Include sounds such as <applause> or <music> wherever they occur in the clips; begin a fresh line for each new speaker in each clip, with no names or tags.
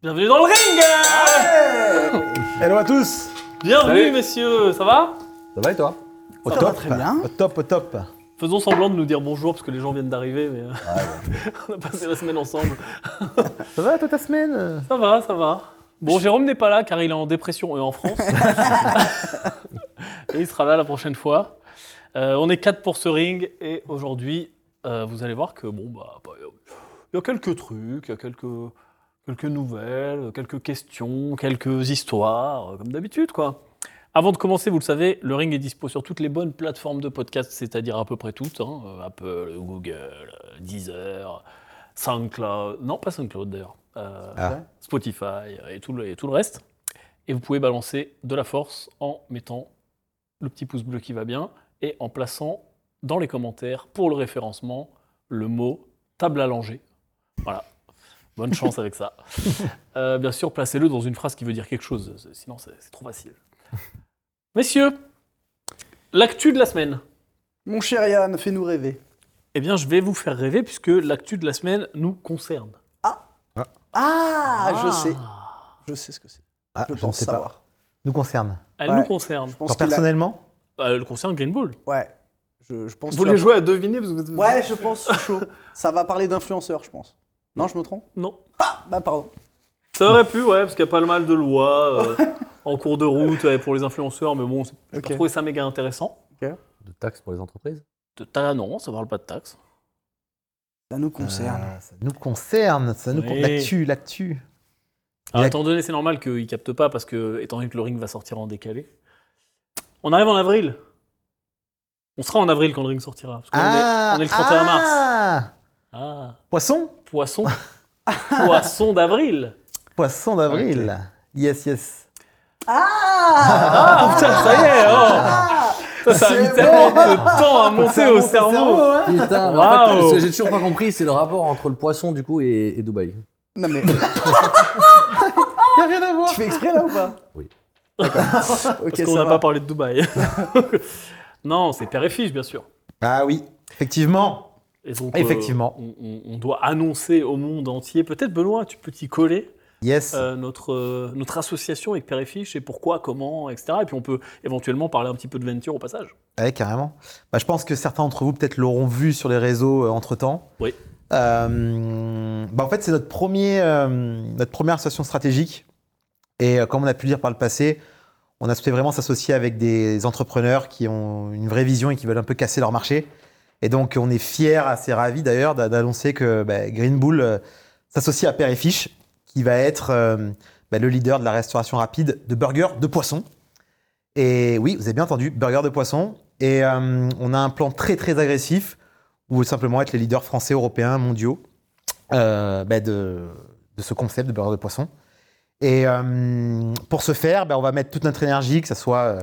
Bienvenue dans le ring hein
Hello à tous
Bienvenue
Salut.
messieurs, ça va
Ça va et toi
Au
Ça va
top
très bien.
Au top, au top
Faisons semblant de nous dire bonjour parce que les gens viennent d'arriver mais euh, <laughs> on a passé la semaine ensemble.
Ça va, toi, ta semaine
Ça va, ça va. Bon Jérôme n'est pas là car il est en dépression et en France. et il sera là la prochaine fois. Euh, on est quatre pour ce ring et aujourd'hui euh, vous allez voir que bon bah bah, il y a quelques trucs, il y a quelques quelques nouvelles, quelques questions, quelques histoires, euh, comme d'habitude, quoi. Avant de commencer, vous le savez, le ring est dispo sur toutes les bonnes plateformes de podcast, c'est-à-dire à peu près toutes, hein, euh, Apple, Google, euh, Deezer, SoundCloud, non pas SoundCloud d'ailleurs, euh,
Ah.
Spotify euh, et tout, le, et tout le reste. Et vous pouvez balancer de la force en mettant le petit pouce bleu qui va bien et en plaçant dans les commentaires pour le référencement le mot table allongée. Voilà. <laughs> Bonne chance avec ça. Euh, bien sûr, placez-le dans une phrase qui veut dire quelque chose, sinon c'est c'est trop facile. Messieurs, l'actu de la semaine.
Mon cher Yann, fais-nous rêver.
Eh bien, je vais vous faire rêver puisque l'actu de la semaine nous concerne.
Ah, je sais.
Ah,
Je sais ce que c'est.
Ah,
Je
je
pense
ne sais pas.
savoir.
Nous concerne.
Elle
Ouais.
nous concerne.
Je pense
Toi,
qu'il a-
personnellement
Bah, elle concerne Green Bull.
Ouais. Je, je pense
Vous
qu'il
les
a-
jouez à deviner parce que vous êtes-
Ouais, je pense, je suis chaud. Ça va parler d'influenceurs, je pense. Non, je me trompe
Non.
Bah, pardon.
Ça aurait pu, ouais, parce qu'il y a pas mal de lois <laughs> euh, en cours de route euh, pour les influenceurs, mais bon, c'est- j'ai
Ok.
pas trouvé ça méga intéressant.
De taxes pour les entreprises
De ta- ah non, ça parle pas de taxes.
Ça nous concerne.
Euh, ça nous concerne, ça nous
Oui.
con- L'actu, l'actu.
Alors,
La-
Ah, étant donné, c'est normal qu'ils captent pas parce que, étant donné que le ring va sortir en décalé. On arrive en avril. On sera en avril quand le ring sortira. Parce qu'on est, on est le 31 mars.
mars
Ah,
Ah, Poisson
poisson. poisson d'avril.
Poisson d'avril Yes, yes.
Ah, putain, ça y est.
Ah,
oh. Ça, ça a mis
C'est
tellement de temps à monter au cerveau.
hein
Putain, mais en
Waouh
fait, j'ai toujours pas compris, c'est le rapport entre le poisson du coup et, et Dubaï.
Non, mais tu
Y a rien à voir
fais exprès là ou pas
Oui.
D'accord. ok,
Parce qu'on
ça
n'a
va.
pas parlé de Dubaï. <laughs> non, c'est père et fils, bien sûr.
Ah oui, effectivement.
Et donc, euh,
Effectivement.
on- on, on doit annoncer au monde entier. Peut-être, Benoît, tu peux t'y coller.
Yes.
euh, notre, euh, notre association avec Périfiche et pourquoi, comment, etc. Et puis on peut éventuellement parler un petit peu de Venture au passage.
Ouais, carrément. Bah, je pense que certains d'entre vous peut-être l'auront vu sur les réseaux euh, entre temps.
Oui.
bah, en fait, c'est notre, premier, euh, notre première association stratégique. Et euh, comme on a pu le dire par le passé, on a souhaité vraiment s'associer avec des entrepreneurs qui ont une vraie vision et qui veulent un peu casser leur marché. Et donc, on est fiers, assez ravis d'ailleurs, d'a- d'annoncer que bah, Green Bull euh, s'associe à Périfiche, qui va être euh, bah, le leader de la restauration rapide de burgers de poissons. Et oui, vous avez bien entendu, burger de poisson. Et euh, on a un plan très très agressif où on veut simplement être les leaders français, européens, mondiaux euh, bah, de, de ce concept de burger de poisson. Et euh, pour ce faire, bah, on va mettre toute notre énergie, que ce soit euh,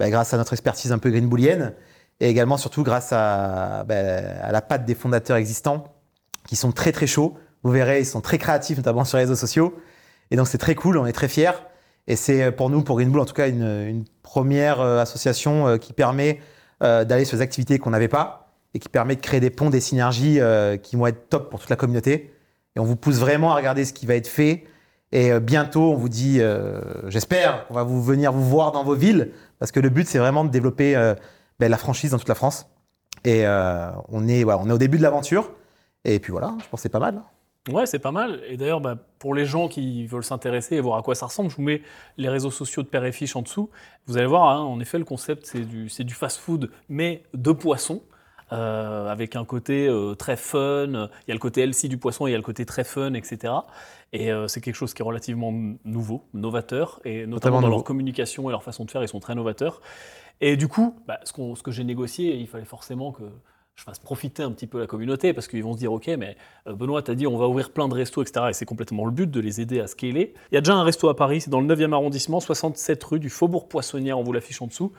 bah, grâce à notre expertise un peu greenboulienne et également surtout grâce à, bah, à la patte des fondateurs existants qui sont très très chauds. Vous verrez, ils sont très créatifs, notamment sur les réseaux sociaux. Et donc c'est très cool, on est très fiers. Et c'est euh, pour nous, pour Green Bull, en tout cas, une, une première euh, association euh, qui permet euh, d'aller sur des activités qu'on n'avait pas et qui permet de créer des ponts, des synergies euh, qui vont être top pour toute la communauté. Et on vous pousse vraiment à regarder ce qui va être fait. Et euh, bientôt, on vous dit, euh, j'espère qu'on va vous venir vous voir dans vos villes, parce que le but, c'est vraiment de développer euh, ben, la franchise dans toute la France. Et euh, on, est, voilà, on est au début de l'aventure. Et puis voilà, je pense que c'est pas mal. hein.
Ouais, c'est pas mal. Et d'ailleurs, bah, pour les gens qui veulent s'intéresser et voir à quoi ça ressemble, je vous mets les réseaux sociaux de Père et Fiche en dessous. Vous allez voir, hein, en effet, le concept, c'est du, c'est du fast-food, mais de poisson. euh, avec un côté euh, très fun, il y a le côté healthy du poisson, il y a le côté très fun, etc. Et euh, c'est quelque chose qui est relativement n- nouveau, novateur, et notamment,
Notamment
dans
nouveau.
leur communication et leur façon de faire, ils sont très novateurs. Et du coup, bah, ce, qu'on- ce que j'ai négocié, il fallait forcément que je fasse profiter un petit peu la communauté, parce qu'ils vont se dire, ok, mais euh, Benoît, t'as dit on va ouvrir plein de restos, etc. Et c'est complètement le but de les aider à scaler. Il y a déjà un resto à Paris, c'est dans le 9e arrondissement, 67 rue du Faubourg Poissonnière, on vous l'affiche en dessous.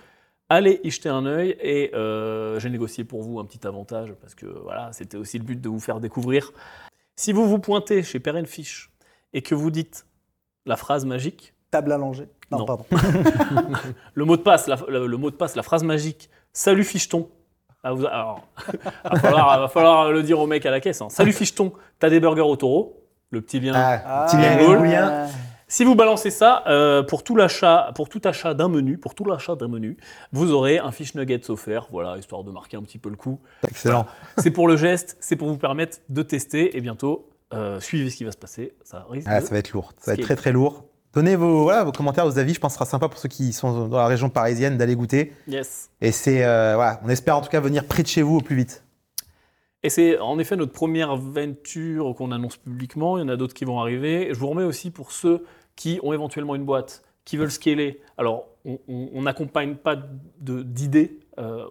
Allez y jeter un œil et euh, j'ai négocié pour vous un petit avantage parce que voilà, c'était aussi le but de vous faire découvrir. Si vous vous pointez chez Perrine Fish et que vous dites la phrase magique,
Table allongée.
<laughs>
Non,
Non.
pardon.
le mot de passe, la, le, le mot de passe, la phrase magique, salut ficheton. Ah, vous- <laughs> alors, va, falloir, va falloir le dire au mec à la caisse. hein. Salut ficheton, t'as des burgers au taureau le petit lien.
Ah, petit
Ah,
lien
Goal.
Goulien.
Si vous balancez ça, euh, pour tout l'achat, pour tout achat d'un menu, pour tout l'achat d'un menu, vous aurez un fish nuggets offert, voilà, histoire de marquer un petit peu le coup.
Excellent.
C'est pour le geste, c'est pour vous permettre de tester et bientôt euh, suivez ce qui va se passer. Ça risque.
Ah,
de-
ça va être lourd.
Ce qui
Ça va être
est-
très très lourd. Donnez vos, voilà, vos commentaires, vos avis. Je pense que ce sera sympa pour ceux qui sont dans la région parisienne d'aller goûter.
Yes.
Et c'est euh, voilà, on espère en tout cas venir près de chez vous au plus vite.
Et c'est en effet notre première venture qu'on annonce publiquement. Il y en a d'autres qui vont arriver. Je vous remets aussi pour ceux qui ont éventuellement une boîte, qui veulent scaler. Alors, on- on on n'accompagne pas de- d'idées euh,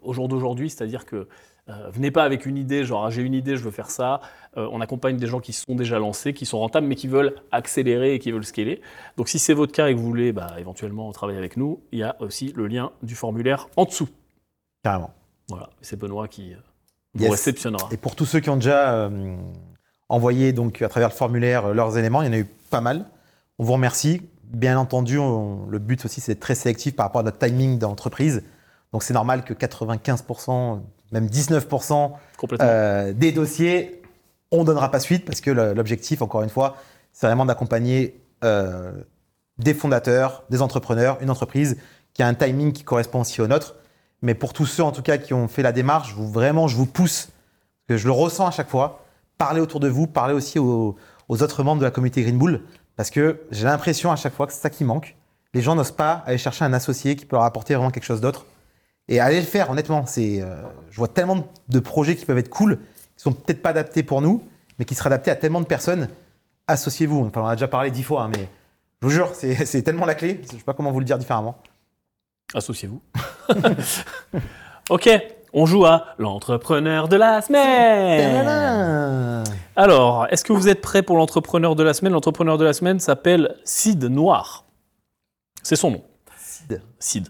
au jour d'aujourd'hui, c'est-à-dire que euh, venez pas avec une idée, genre ah, j'ai une idée, je veux faire ça. Euh, on accompagne des gens qui sont déjà lancés, qui sont rentables, mais qui veulent accélérer et qui veulent scaler. Donc, si c'est votre cas et que vous voulez bah, éventuellement travailler avec nous, il y a aussi le lien du formulaire en dessous.
Carrément.
Voilà, c'est Benoît qui euh, vous
Yes.
réceptionnera.
Et pour tous ceux qui ont déjà euh, envoyé donc à travers le formulaire euh, leurs éléments, il y en a eu pas mal. On vous remercie. Bien entendu, on- le but aussi c'est d'être très sélectif par rapport à notre timing d'entreprise. Donc c'est normal que 95%, même 19%
Complètement.
euh, des dossiers, on donnera pas suite parce que le- l'objectif, encore une fois, c'est vraiment d'accompagner euh, des fondateurs, des entrepreneurs, une entreprise qui a un timing qui correspond aussi au nôtre. Mais pour tous ceux en tout cas qui ont fait la démarche, vous, vraiment, je vous pousse, parce que je le ressens à chaque fois, parlez autour de vous, parlez aussi aux, aux autres membres de la communauté Green Bull, parce que j'ai l'impression à chaque fois que c'est ça qui manque. Les gens n'osent pas aller chercher un associé qui peut leur apporter vraiment quelque chose d'autre. Et allez le faire, honnêtement. C'est, euh, je vois tellement de- de projets qui peuvent être cool, qui sont peut-être pas adaptés pour nous, mais qui seraient adaptés à tellement de personnes. Associez-vous. Enfin, on en a déjà parlé dix fois, hein, mais je vous jure, c'est, <laughs> c'est tellement la clé. Je sais pas comment vous le dire différemment.
Associez-vous. <laughs> ok, on joue à l'entrepreneur de la
Eh.
semaine.
Tadadam
Alors, est-ce que vous êtes prêts pour l'entrepreneur de la semaine L'entrepreneur de la semaine s'appelle Sid Noir. C'est son nom.
Sid.
Sid.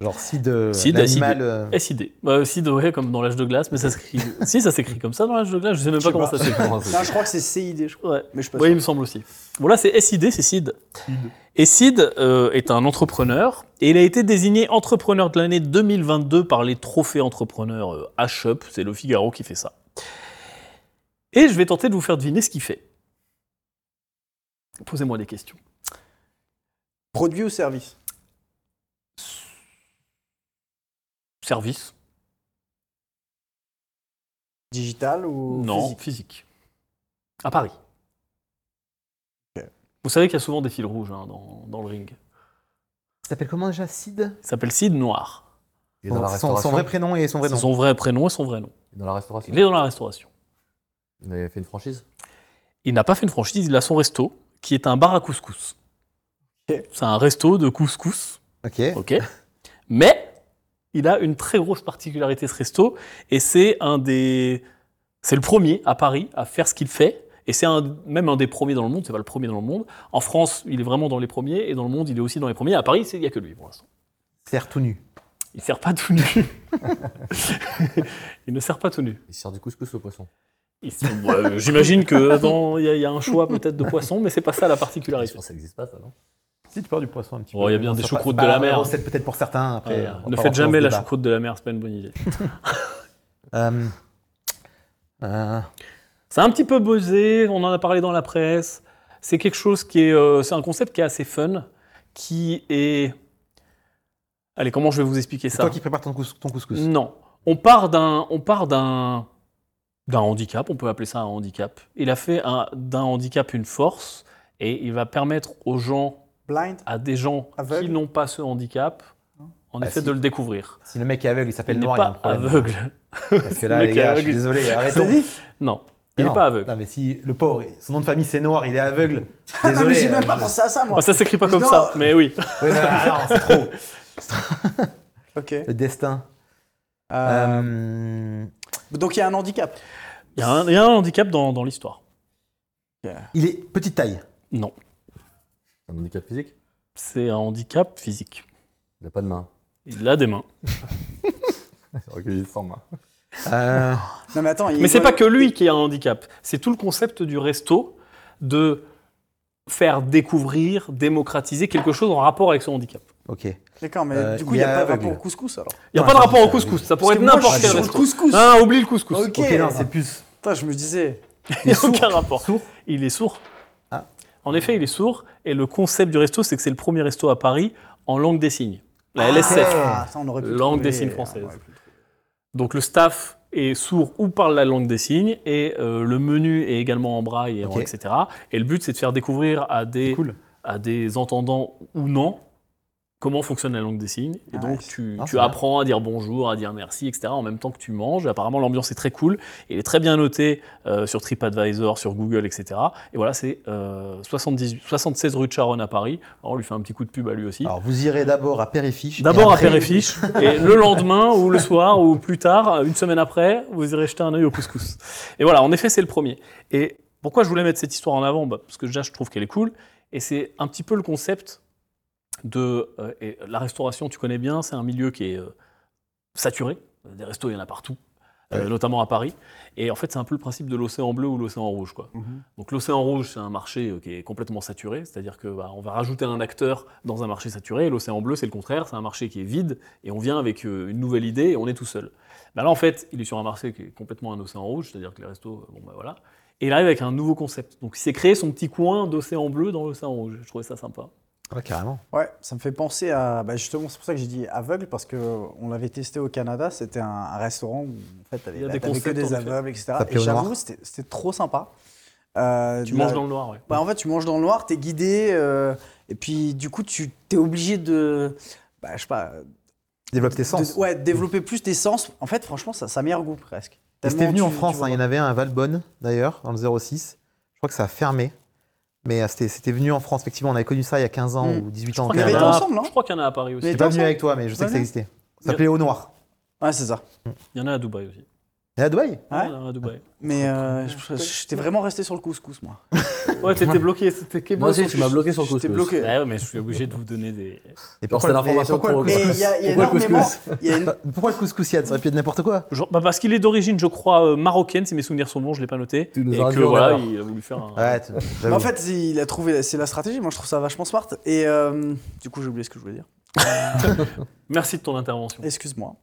Genre Sid, euh,
Sid,
l'animal.
Sid.
euh,
SID. Bah, Sid, ouais, comme dans l'âge de glace, mais ça
<laughs>
s'écrit. si, ça s'écrit comme ça dans l'âge de glace, je sais même
Je
pas
sais
comment
pas.
ça
<laughs>
s'écrit.
Non, je crois que c'est CID, je crois.
Ouais.
Mais je suis pas
Oui, il
sûr. Mhm.
me semble aussi. Bon, là, c'est SID, c'est Sid. Et Sid euh, est un entrepreneur et il a été désigné entrepreneur de l'année 2022 par les trophées entrepreneurs euh, H-Up. C'est le Figaro qui fait ça. Et je vais tenter de vous faire deviner ce qu'il fait. Posez-moi des questions.
Produit ou service
Service
Digital ou
Non.
physique
Physique. À Paris.
Ok.
Vous savez qu'il y a souvent des fils rouges hein, dans, dans le ring.
Il s'appelle comment déjà Sid
Il s'appelle Sid Noir.
Il est dans la
son, son
restauration.
vrai prénom et son vrai
C'est
nom.
son vrai prénom et son vrai nom.
Il est dans la restauration.
Il est dans la restauration.
Il avait fait une franchise.
Il n'a pas fait une franchise, il a son resto, qui est un bar à couscous.
Ok.
C'est un resto de couscous,
Ok.
<laughs> ok Mais il a une très grosse particularité, ce resto, et c'est un des... C'est le premier à Paris à faire ce qu'il fait, et c'est un- même un des premiers dans le monde, c'est pas le premier dans le monde. En France, il est vraiment dans les premiers, et dans le monde, il est aussi dans les premiers. À Paris, c'est- il n'y a que lui pour l'instant.
Serre tout nu.
Il ne sert pas tout nu. <laughs> il ne sert pas tout nu.
Il sert du couscous au poisson.
Il se- Ouais, J'imagine que dans- il y, a- il y a un choix peut-être de poisson, mais c'est pas ça la
Je
particularité.
pense que ça n'existe pas, ça, non
Si tu parles du poisson un petit
Oh,
peu.
il y a bien
Non,
des
c'est
choucroutes
pas-
de la
c'est pas
mer.
vraiment recette peut-être pour certains. Après,
Ouais,
on va pas
Euh, ne
avoir
faites jamais
ce
la
débat.
choucroute de la mer, c'est pas une bonne idée.
Euh, euh,
C'est un petit peu buzzé, on en a parlé dans la presse. C'est quelque chose qui est, euh, c'est un concept qui est assez fun, qui est. Allez, comment je vais vous expliquer
c'est
ça Mm.
toi qui prépares ton, cous- ton couscous.
Non, on part d'un, on part d'un, d'un handicap. On peut appeler ça un handicap. Il a fait un- d'un handicap une force et il va permettre aux gens
Blind
à des gens
Aveugle.
qui n'ont pas ce handicap, en
Ah,
effet,
si.
de le découvrir.
Si le mec est aveugle, il s'appelle
Il n'est
Noir, il y a un
pas
problème.
aveugle.
Parce
<laughs>
que là,
Le
les
mec est
gars, je suis
aveugle.
désolé,
T'as
arrêtons.
dit
Non, il n'est
Non,
pas aveugle.
Non, mais si le pauvre, son nom de famille c'est Noir, il est aveugle.
<laughs> Ah non, mais
Désolé.
j'ai même
euh,
pas pensé à ça, moi.
Ah, ça s'écrit pas comme
Non.
ça, mais oui.
ouais, ouais, ouais, non,
<laughs>
c'est trop.
Ok.
Le destin.
Euh,
Euh,
Donc il y a un handicap.
Il y a un, il y a un handicap dans, dans l'histoire.
il est petite taille.
Non,
Un handicap physique
c'est un handicap physique.
Il n'a pas de <laughs> main.
Il a des mains.
Ok, il est sans main.
Euh,
Non, mais attends. il-
Mais c'est pas que lui qui a un handicap. C'est tout le concept du resto de faire découvrir, démocratiser quelque chose en rapport avec son handicap.
ok.
D'accord, mais
Euh,
du coup, il n'y a,
il y a
pas de
aveugle.
rapport au couscous alors.
Il n'y a
Ouais,
pas de
non,
rapport au
ça, oui.
couscous. Ça pourrait
Parce
être
que moi,
n'importe Hein
je suis
quel
sur le
resto.
couscous.
Non, oublie le couscous.
Ok.
Ok, non, c'est plus.
Putain, je me disais.
Il n'y a aucun rapport.
Sourd.
Il est sourd.
Ah.
En effet, il est sourd. Et le concept du resto, c'est que c'est le premier resto à Paris en langue des signes. La LSF.
Ah, ça, on aurait pu
Langue
trouver, euh,
des signes
on
française.
aurait pu le trouver.
Donc le staff est sourd ou parle la langue des signes et euh, le menu est également en braille, et en-
Ok.
etc. Et le but, c'est de faire découvrir à des,
cool.
à des entendants ou non comment fonctionne la langue des signes. Et
Ah,
donc
nice.
tu,
Ah,
tu
c'est bien.
apprends à dire bonjour, à dire merci, etc. en même temps que tu manges. Et apparemment, l'ambiance est très cool. Il est très bien noté euh, sur TripAdvisor, sur Google, etc. Et voilà, c'est euh, 78 76 rue de Charonne à Paris. Alors, on lui fait un petit coup de pub à lui aussi.
Alors, vous irez d'abord à Périfiche. et
D'abord à
après-
Péréfiche, et le lendemain ou le soir ou plus tard, une semaine après, vous irez jeter un œil au couscous. Et voilà, en effet, c'est le premier. Et pourquoi je voulais mettre cette histoire en avant Bah, Parce que déjà, je trouve qu'elle est cool, et c'est un petit peu le concept de euh, et la restauration. Tu connais bien, c'est un milieu qui est euh, saturé. Des restos, il y en a partout, euh,
Ouais.
notamment à Paris. Et en fait, c'est un peu le principe de l'océan bleu ou l'océan rouge, quoi.
Mhm.
Donc l'océan rouge, c'est un marché euh, qui est complètement saturé, c'est-à-dire que bah, on va rajouter un acteur dans un marché saturé. et L'océan bleu, c'est le contraire, c'est un marché qui est vide et on vient avec euh, une nouvelle idée et on est tout seul. Bah là, en fait, il est sur un marché qui est complètement un océan rouge, c'est-à-dire que les restos, euh, bon bah voilà. Et il arrive avec un nouveau concept. Donc il s'est créé son petit coin d'océan bleu dans l'océan rouge. Je trouvais ça sympa.
Ouais, carrément.
Ouais, ça me fait penser à. bah, justement, c'est pour ça que j'ai dit aveugle, parce qu'on l'avait testé au Canada. C'était un, un restaurant où, en fait, t'avais bah,
Il y a des
t'avais que
concepts,
des
en effet.
aveugles, etc.
Ça plaît
Et
au noir.
j'avoue, c'était c'était trop sympa. Euh,
Tu
de
manges
la-
dans le noir, ouais.
Bah, en fait, tu manges dans le noir, t'es guidé, euh, et puis du coup, tu t'es obligé de, bah, je sais pas,
Développe tes sens.
de- ouais, développer plus tes sens. En fait, franchement, ça, ça a meilleur goût presque.
Et C'était
Tellement
venu en
tu-
France,
tu vois
hein, il y en avait un à Valbonne d'ailleurs, dans le 06. Je crois que ça a fermé. Mais euh, c'était c'était venu en France, effectivement. On avait connu ça il y a 15 ans
Mm.
ou 18 ans.
crois
en
qu'il
Il
y
y en
avait
a-
Canada.
été ensemble, non
Je crois qu'il y en a à Paris aussi.
Mais-
J'étais pas
ensemble.
venu avec toi, mais je sais que ça
Ouais.
existait.
Il y
Ça
a-
s'appelait Au Noir.
Ouais, c'est ça.
Il y en a à Dubaï aussi.
Et à Dubaï
Ouais.
Il y en a à Dubaï.
Mais euh, je- j'étais vraiment resté sur le couscous, moi.
Ouais, t'étais bloqué, c'était
Moi aussi, tu m'as bloqué sur le
J'étais
couscous.
bloqué.
Ouais, ouais, mais je suis obligé de vous donner des.
Et
Alors, c'est l'information
et pourquoi,
pour-
le
Et
couscous
il y a, il y a
Pourquoi le
énormément. Il y a une-
Pourquoi le couscous Yann Ça aurait pu être n'importe quoi.
Genre- bah parce qu'il est d'origine, je crois, euh, marocaine, si mes souvenirs sont bons, je ne l'ai pas noté.
Tu nous
et
as
que
induit en
voilà,
erreur.
il a voulu faire un.
Ouais, tu-
Mais
<laughs> j'avoue.
en fait, il a trouvé, c'est la stratégie. Moi, je trouve ça vachement smart. Et euh, du coup, j'ai oublié ce que je voulais dire.
Merci de ton intervention.
Excuse-moi.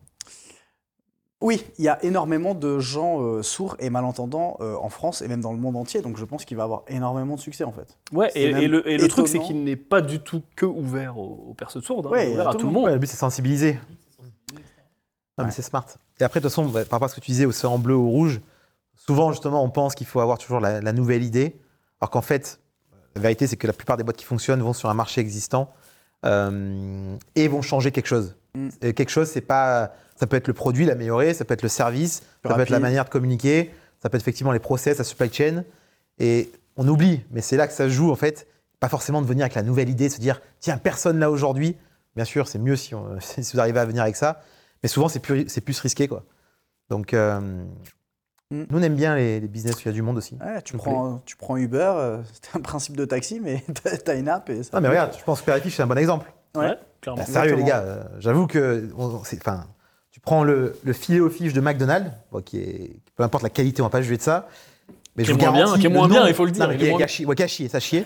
Oui, il y a énormément de gens euh, sourds et malentendants euh, en France et même dans le monde entier. Donc, je pense qu'il va avoir énormément de succès en fait.
Ouais,
c'est
et, et
même
le, et le truc, c'est
étonnant.
qu'il n'est pas du tout que ouvert aux, aux personnes sourdes, hein,
Ouais,
il est ouvert à tout le monde.
Ouais, le but, c'est sensibiliser. Non, mais
Ouais.
c'est smart. Et après, de toute façon, bah, par rapport à ce que tu disais, au en bleu ou au rouge, souvent, justement, on pense qu'il faut avoir toujours la, la nouvelle idée. Alors qu'en fait, la vérité, c'est que la plupart des boîtes qui fonctionnent vont sur un marché existant euh, et vont changer quelque chose.
Mm.
Et quelque chose, c'est pas. Ça peut être le produit, l'améliorer, ça peut être le service, ça peut être
rapide.
la manière de communiquer, ça peut être effectivement les process, la supply chain. Et on oublie, mais c'est là que ça se joue, en fait. Pas forcément de venir avec la nouvelle idée, se dire, tiens, personne là aujourd'hui. Bien sûr, c'est mieux si, on- <laughs> si vous arrivez à venir avec ça. Mais souvent, c'est plus, c'est plus risqué, quoi. Donc, euh,
Mm.
nous, on aime bien les, les business où il y a du monde aussi.
Ouais, tu,
me
prends, tu prends Uber, euh, <laughs> c'est un principe de taxi, mais <laughs> t'as- t'as une app et
Non,
ça.
Ah, mais regarde, je pense que Périfiche, c'est un bon exemple.
Ouais.
clairement.
Bah, sérieux, les
Exactement.
gars, euh, j'avoue que on- on- c'est- enfin, tu prends le, le filet au fiche de McDonald's, bon, qui est, peu importe la qualité, on va pas juger de ça.
Qui
Mais
est
je vous
moins bien,
garantis
qui est
le
moins bien,
nombre-
il faut le dire,
Non, mais
il est
qui est
moins bien.
gâchis- ouais, gâchis, ça chier.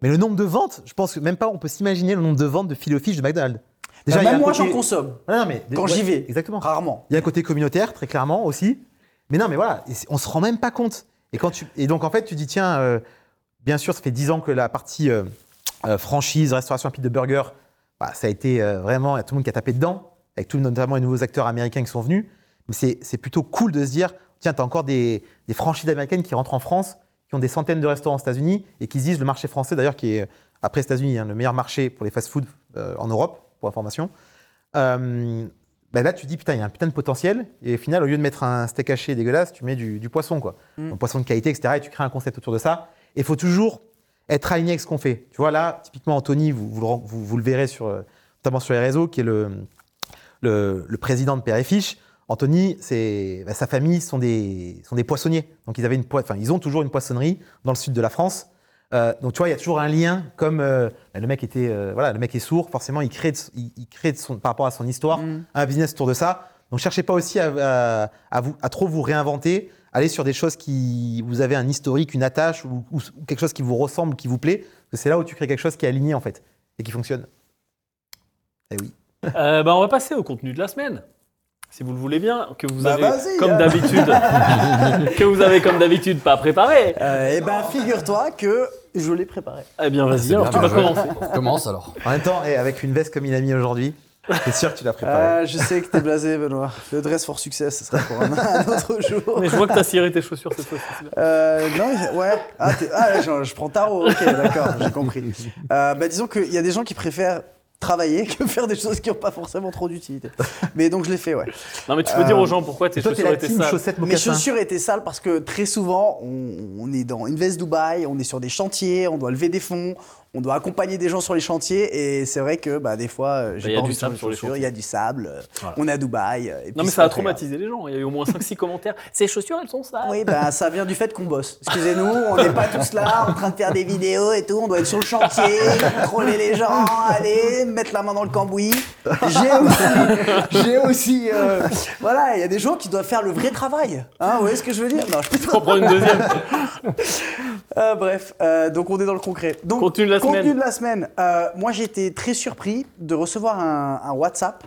Mais le nombre de ventes, je pense que même pas, on peut s'imaginer le nombre de ventes de filet au fiche de McDonald's.
Bah,
il y a
même
un
moi,
côté-
j'en consomme,
Ouais, Ah non, mais-
Quand
ouais,
j'y vais.
Exactement.
rarement.
Il y a un côté communautaire, très clairement aussi. Mais non, mais voilà, et c'est- on se rend même pas compte. Et, quand tu, et donc, en fait, tu dis, tiens, euh, bien sûr, ça fait 10 ans que la partie euh, euh, franchise, restauration rapide de burger, bah, ça a été euh, vraiment, il y a tout le monde qui a tapé dedans, avec tout, notamment les nouveaux acteurs américains qui sont venus. Mais c'est c'est plutôt cool de se dire, tiens, tu as encore des, des franchises américaines qui rentrent en France, qui ont des centaines de restaurants aux États-Unis et qui se disent, le marché français, d'ailleurs, qui est, euh, après les États-Unis, hein, le meilleur marché pour les fast-food euh, en Europe, pour information. Euh, bah là, tu dis, putain, il y a un putain de potentiel. Et au final, au lieu de mettre un steak haché dégueulasse, tu mets du, du poisson, quoi.
Mm.
Un poisson de qualité, etc. Et tu crées un concept autour de ça. Et il faut toujours être aligné avec ce qu'on fait. Tu vois, là, typiquement, Anthony, vous, vous, le ren- vous- vous le verrez sur, euh, notamment sur les réseaux, qui est le, le, le président de Péréfiche. Anthony, c'est- bah, sa famille sont des, sont des poissonniers. Donc, ils, avaient une poi- enfin, ils ont toujours une poissonnerie dans le sud de la France. Euh, donc, tu vois, il y a toujours un lien. Comme euh, bah, le, mec était, euh, voilà, le mec est sourd, forcément, il crée, de son- il, il crée de son, par rapport à son histoire
Mm.
un business autour de ça. Donc cherchez pas aussi à, à- à vous, à trop vous réinventer. Allez sur des choses qui vous avez un historique, une attache ou, ou quelque chose qui vous ressemble, qui vous plaît. Parce que C'est là où tu crées quelque chose qui est aligné en fait et qui fonctionne. Et oui.
Euh, bah, on va passer au contenu de la semaine. si vous le voulez bien, que vous
Bah,
avez
vas-y,
comme
hein.
d'habitude, que vous avez comme d'habitude pas préparé.
Eh ben, figure-toi que je l'ai préparé.
Eh bien, vas-y,
C'est
alors
bien,
tu
bien
vas
joué.
commencer.
<laughs> Commence alors.
En même temps, eh, avec une veste comme il a mis aujourd'hui, c'est sûr que tu l'as préparé.
Ah, je sais que t'es blasé, Benoît. Le dress for success, ce sera pour un, <laughs> un autre jour.
Mais je vois que t'as ciré tes chaussures cette fois-ci. c'est bien.
Euh, non, mais- ouais. Ah, t'es- ah, je, je prends tarot. Ok, d'accord, j'ai compris. Euh, bah, disons qu'il y a des gens qui préfèrent travailler que faire des choses qui n'ont pas forcément trop d'utilité. Mais donc je l'ai fait, ouais.
Non, mais tu peux
Euh,
dire aux gens pourquoi tes
Toi, t'es
chaussures
la
étaient
team
sales.
chaussettes
Mes
mocassins.
chaussures étaient sales parce que très souvent, on, on est dans Invest Dubaï, on est sur des chantiers, on doit lever des fonds, on doit accompagner des gens sur les chantiers. Et c'est vrai que bah, des fois, euh,
Bah,
j'ai
y a
pas
du
envie de
sable
faire mes
sur les
chaussures,
chantiers.
il y a du sable, euh,
Voilà.
on est à Dubaï. euh, et
Non,
puis
mais
c'est
ça a
pas très grave.
traumatisé les gens. Il y a eu au moins 5-6 commentaires. Ces chaussures, elles sont sales.
Oui, ben, ça vient du fait qu'on bosse. Excusez-nous, on n'est pas tous là en train de faire des vidéos et tout. On doit être sur le chantier, contrôler les gens, aller mettre la main dans le cambouis. J'ai <laughs> aussi, j'ai aussi, euh, voilà, il y a des gens qui doivent faire le vrai travail. Hein, vous voyez ce que je veux dire Non, je peux
On prend une deuxième.
euh, bref, euh, donc on est dans le concret. Donc,
Contenu de la semaine.
de la semaine. Euh, moi, j'ai été très surpris de recevoir un, un WhatsApp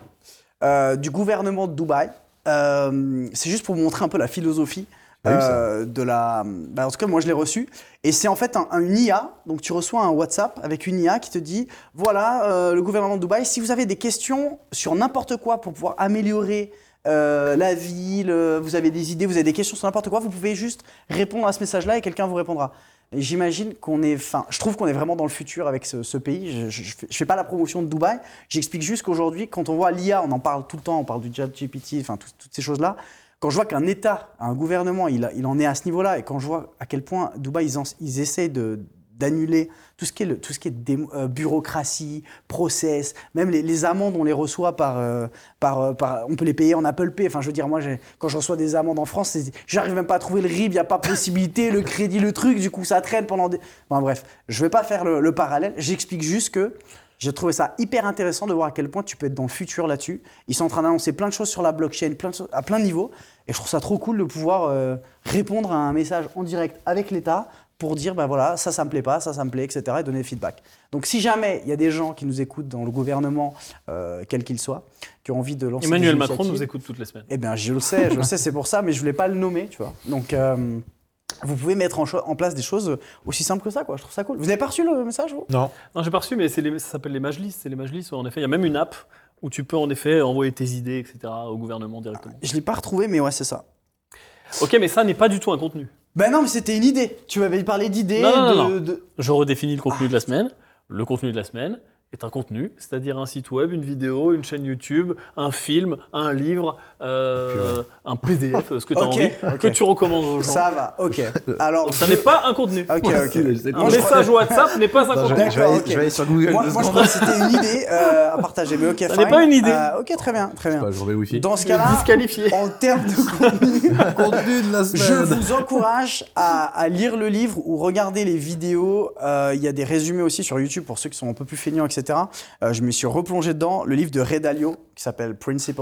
euh, du gouvernement de Dubaï. Euh, c'est juste pour vous montrer un peu la philosophie.
Pas eu ça.
euh, de la... bah, en tout cas, moi je l'ai reçu. Et c'est en fait un, un- une IA. Donc tu reçois un WhatsApp avec une IA qui te dit voilà, euh, le gouvernement de Dubaï, si vous avez des questions sur n'importe quoi pour pouvoir améliorer euh, la ville, euh, vous avez des idées, vous avez des questions sur n'importe quoi, vous pouvez juste répondre à ce message-là et quelqu'un vous répondra. Et J'imagine qu'on est, enfin, je trouve qu'on est vraiment dans le futur avec ce, ce pays. Je, je, je fais- je fais pas la promotion de Dubaï. J'explique juste qu'aujourd'hui, quand on voit l'IA, on en parle tout le temps, on parle du chat GPT, enfin, tout- toutes ces choses-là. Quand je vois qu'un État, un gouvernement, il, a- il en est à ce niveau-là, et quand je vois à quel point Dubaï, ils, en- ils essaient de d'annuler tout ce qui est, le- tout ce qui est démo- euh, bureaucratie, process, même les, les amendes, on les reçoit par, euh, par, euh, par- on peut les payer en Apple Pay. Enfin, je veux dire, moi, j'ai- quand je reçois des amendes en France, c'est- j'arrive même pas à trouver le RIB, il n'y a pas possibilité, le crédit, le truc, du coup, ça traîne pendant des. Enfin, bref, je vais pas faire le, le parallèle, j'explique juste que j'ai trouvé ça hyper intéressant de voir à quel point tu peux être dans le futur là-dessus. Ils sont en train d'annoncer plein de choses sur la blockchain, plein de choses- à plein de niveaux, et je trouve ça trop cool de pouvoir euh, répondre à un message en direct avec l'État pour dire, ben voilà, ça, ça me plaît pas, ça, ça me plaît, etc., et donner le feedback. Donc, si jamais il y a des gens qui nous écoutent dans le gouvernement, euh, quel qu'il soit, qui ont envie de lancer
Emmanuel
des
Macron
initiatives,
nous écoute toutes les semaines.
eh bien, je le sais, je le sais, c'est pour ça, mais je voulais pas le nommer, tu vois. Donc, euh, vous pouvez mettre en, cho- en place des choses aussi simples que ça, quoi. Je trouve ça cool. Vous avez pas reçu le message, vous
Non.
Non, j'ai pas reçu, mais c'est les- ça s'appelle les Majlis. C'est les Majlis, où, en effet. Il y a même une app où tu peux, en effet, envoyer tes idées, etc., au gouvernement directement.
Je l'ai pas retrouvé, mais ouais, c'est ça.
Ok, mais ça n'est pas du tout un contenu.
Ben non, mais c'était une idée. Tu m'avais parlé d'idées.
Non, non, non,
de, de-
Je redéfinis le contenu de la semaine. Le contenu de la semaine est un contenu, c'est-à-dire un site web, une vidéo, une chaîne YouTube, un film, un livre, euh, un PDF, ce que tu as
Ok,
envie,
ok.
que tu recommandes aux gens.
Ça va,
<laughs>
ok. Alors,
Donc, ça
je-
n'est pas un contenu.
Ok, ok.
Un
Moi, je crois-
message WhatsApp n'est pas un
Attends, je,
contenu.
je vais
D'accord,
aller,
ok.
je vais aller sur Google.
Moi,
deux
moi, je
secondes.
crois que c'était une idée euh, à partager, mais ok,
Ça
fine.
n'est pas une idée.
Euh, ok, très bien, très bien.
Pas Bah, le wifi.
Dans ce cas-là,
Disqualifié.
en termes de contenu,
contenu de la
Je vous encourage à, à lire le livre ou regarder les vidéos. Euh, Il y a des résumés aussi sur YouTube pour ceux qui sont un peu plus feignants, etc. Euh, je me suis replongé dedans. Le livre de Ray Dalio qui s'appelle Principles.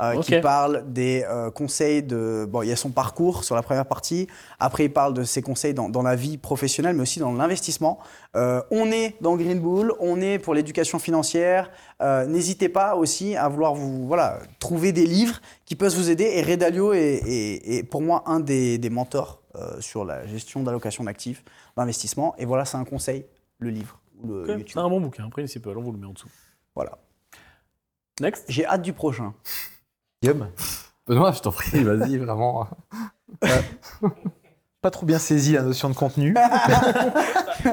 euh, qui
Ok.
parle des euh, conseils de... Bon, il y a son parcours sur la première partie. Après, il parle de ses conseils dans, dans la vie professionnelle, mais aussi dans l'investissement. Euh, on est dans Green Bull, on est pour l'éducation financière. Euh, N'hésitez pas aussi à vouloir vous voilà trouver des livres qui peuvent vous aider. Et Redalio est, est- est pour moi un des, des mentors euh, sur la gestion d'allocation d'actifs, d'investissement. Et voilà, c'est un conseil, le livre ou le
Ok, C'est
YouTube.
un bon bouquin, Principal, on vous le met en dessous.
Voilà.
Next. <laughs>
J'ai hâte du prochain.
Guillaume,
Benoît, je t'en prie, vas-y, vraiment.
pas trop bien saisi la notion de contenu.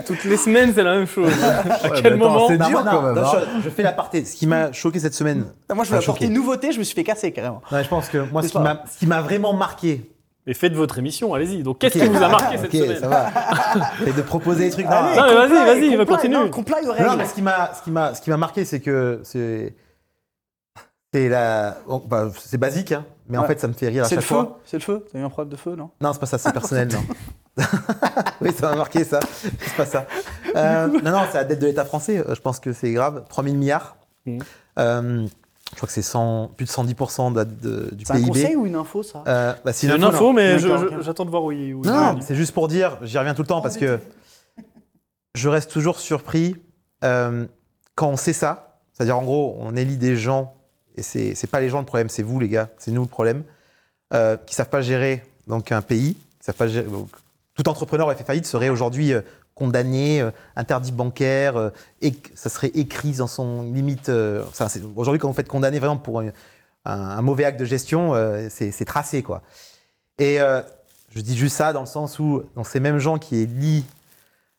Toutes les semaines, c'est la même chose. <laughs>
À
quel moment
C'est
Non,
dur
non,
quand même.
non,
hein.
je, je fais l'aparté. Ce qui m'a choqué cette semaine,
Ah, Moi, je
Ah,
voulais apporter
choqué.
une nouveauté, je me suis fait casser carrément.
non, mais je pense que moi, ce
C'est
qui
pas-
m'a- ce qui m'a vraiment marqué,
Et faites votre émission, allez-y. Donc, qu'est-ce
Ok. Ah,
qui vous a marqué cette
ok,
semaine
ça va, <laughs> et de proposer des trucs. Non,
Allez,
non,
mais vas-y,
comply,
vas-y,
comply,
continue.
non, comply aux
non,
règles.
mais ce qui m'a, ce qui m'a, ce qui m'a marqué, c'est que c'est, c'est la, bon, bah, c'est basique, hein, mais en
Ouais.
fait, ça me fait rire à
C'est
chaque
le
fois.
feu, c'est le feu. T'as eu un problème de feu, non
Non, c'est pas ça, c'est personnel, non. <laughs> oui, ça m'a marqué ça. C'est pas ça. Euh, non, non, c'est la dette de l'État français. euh, Je pense que c'est grave. 3000 milliards.
Mhm.
Euh, je crois que c'est 100 plus de 110% de la- de- du
C'est un
PIB.
conseil ou une info, ça
Euh, bah, c'est
C'est une
non.
info, mais je-
D'accord,
je-
ok.
j'attends de voir où il où il est.
Non, non, c'est juste pour dire, j'y reviens tout le temps parce que je reste toujours surpris euh, quand on sait ça. C'est-à-dire, en gros, on élit des gens et c'est c'est pas les gens le problème, c'est vous les gars, c'est nous le problème, euh, qui savent pas gérer donc un pays, qui savent pas gérer- donc, tout entrepreneur aurait fait faillite serait aujourd'hui euh, condamné, euh, interdit bancaire, euh, et ça serait écrit dans son limite. euh, ça, c'est- aujourd'hui quand vous faites condamner vraiment pour un, un- un mauvais acte de gestion, euh, c'est c'est tracé quoi. Et euh, je dis juste ça dans le sens où donc, ces mêmes gens qui lient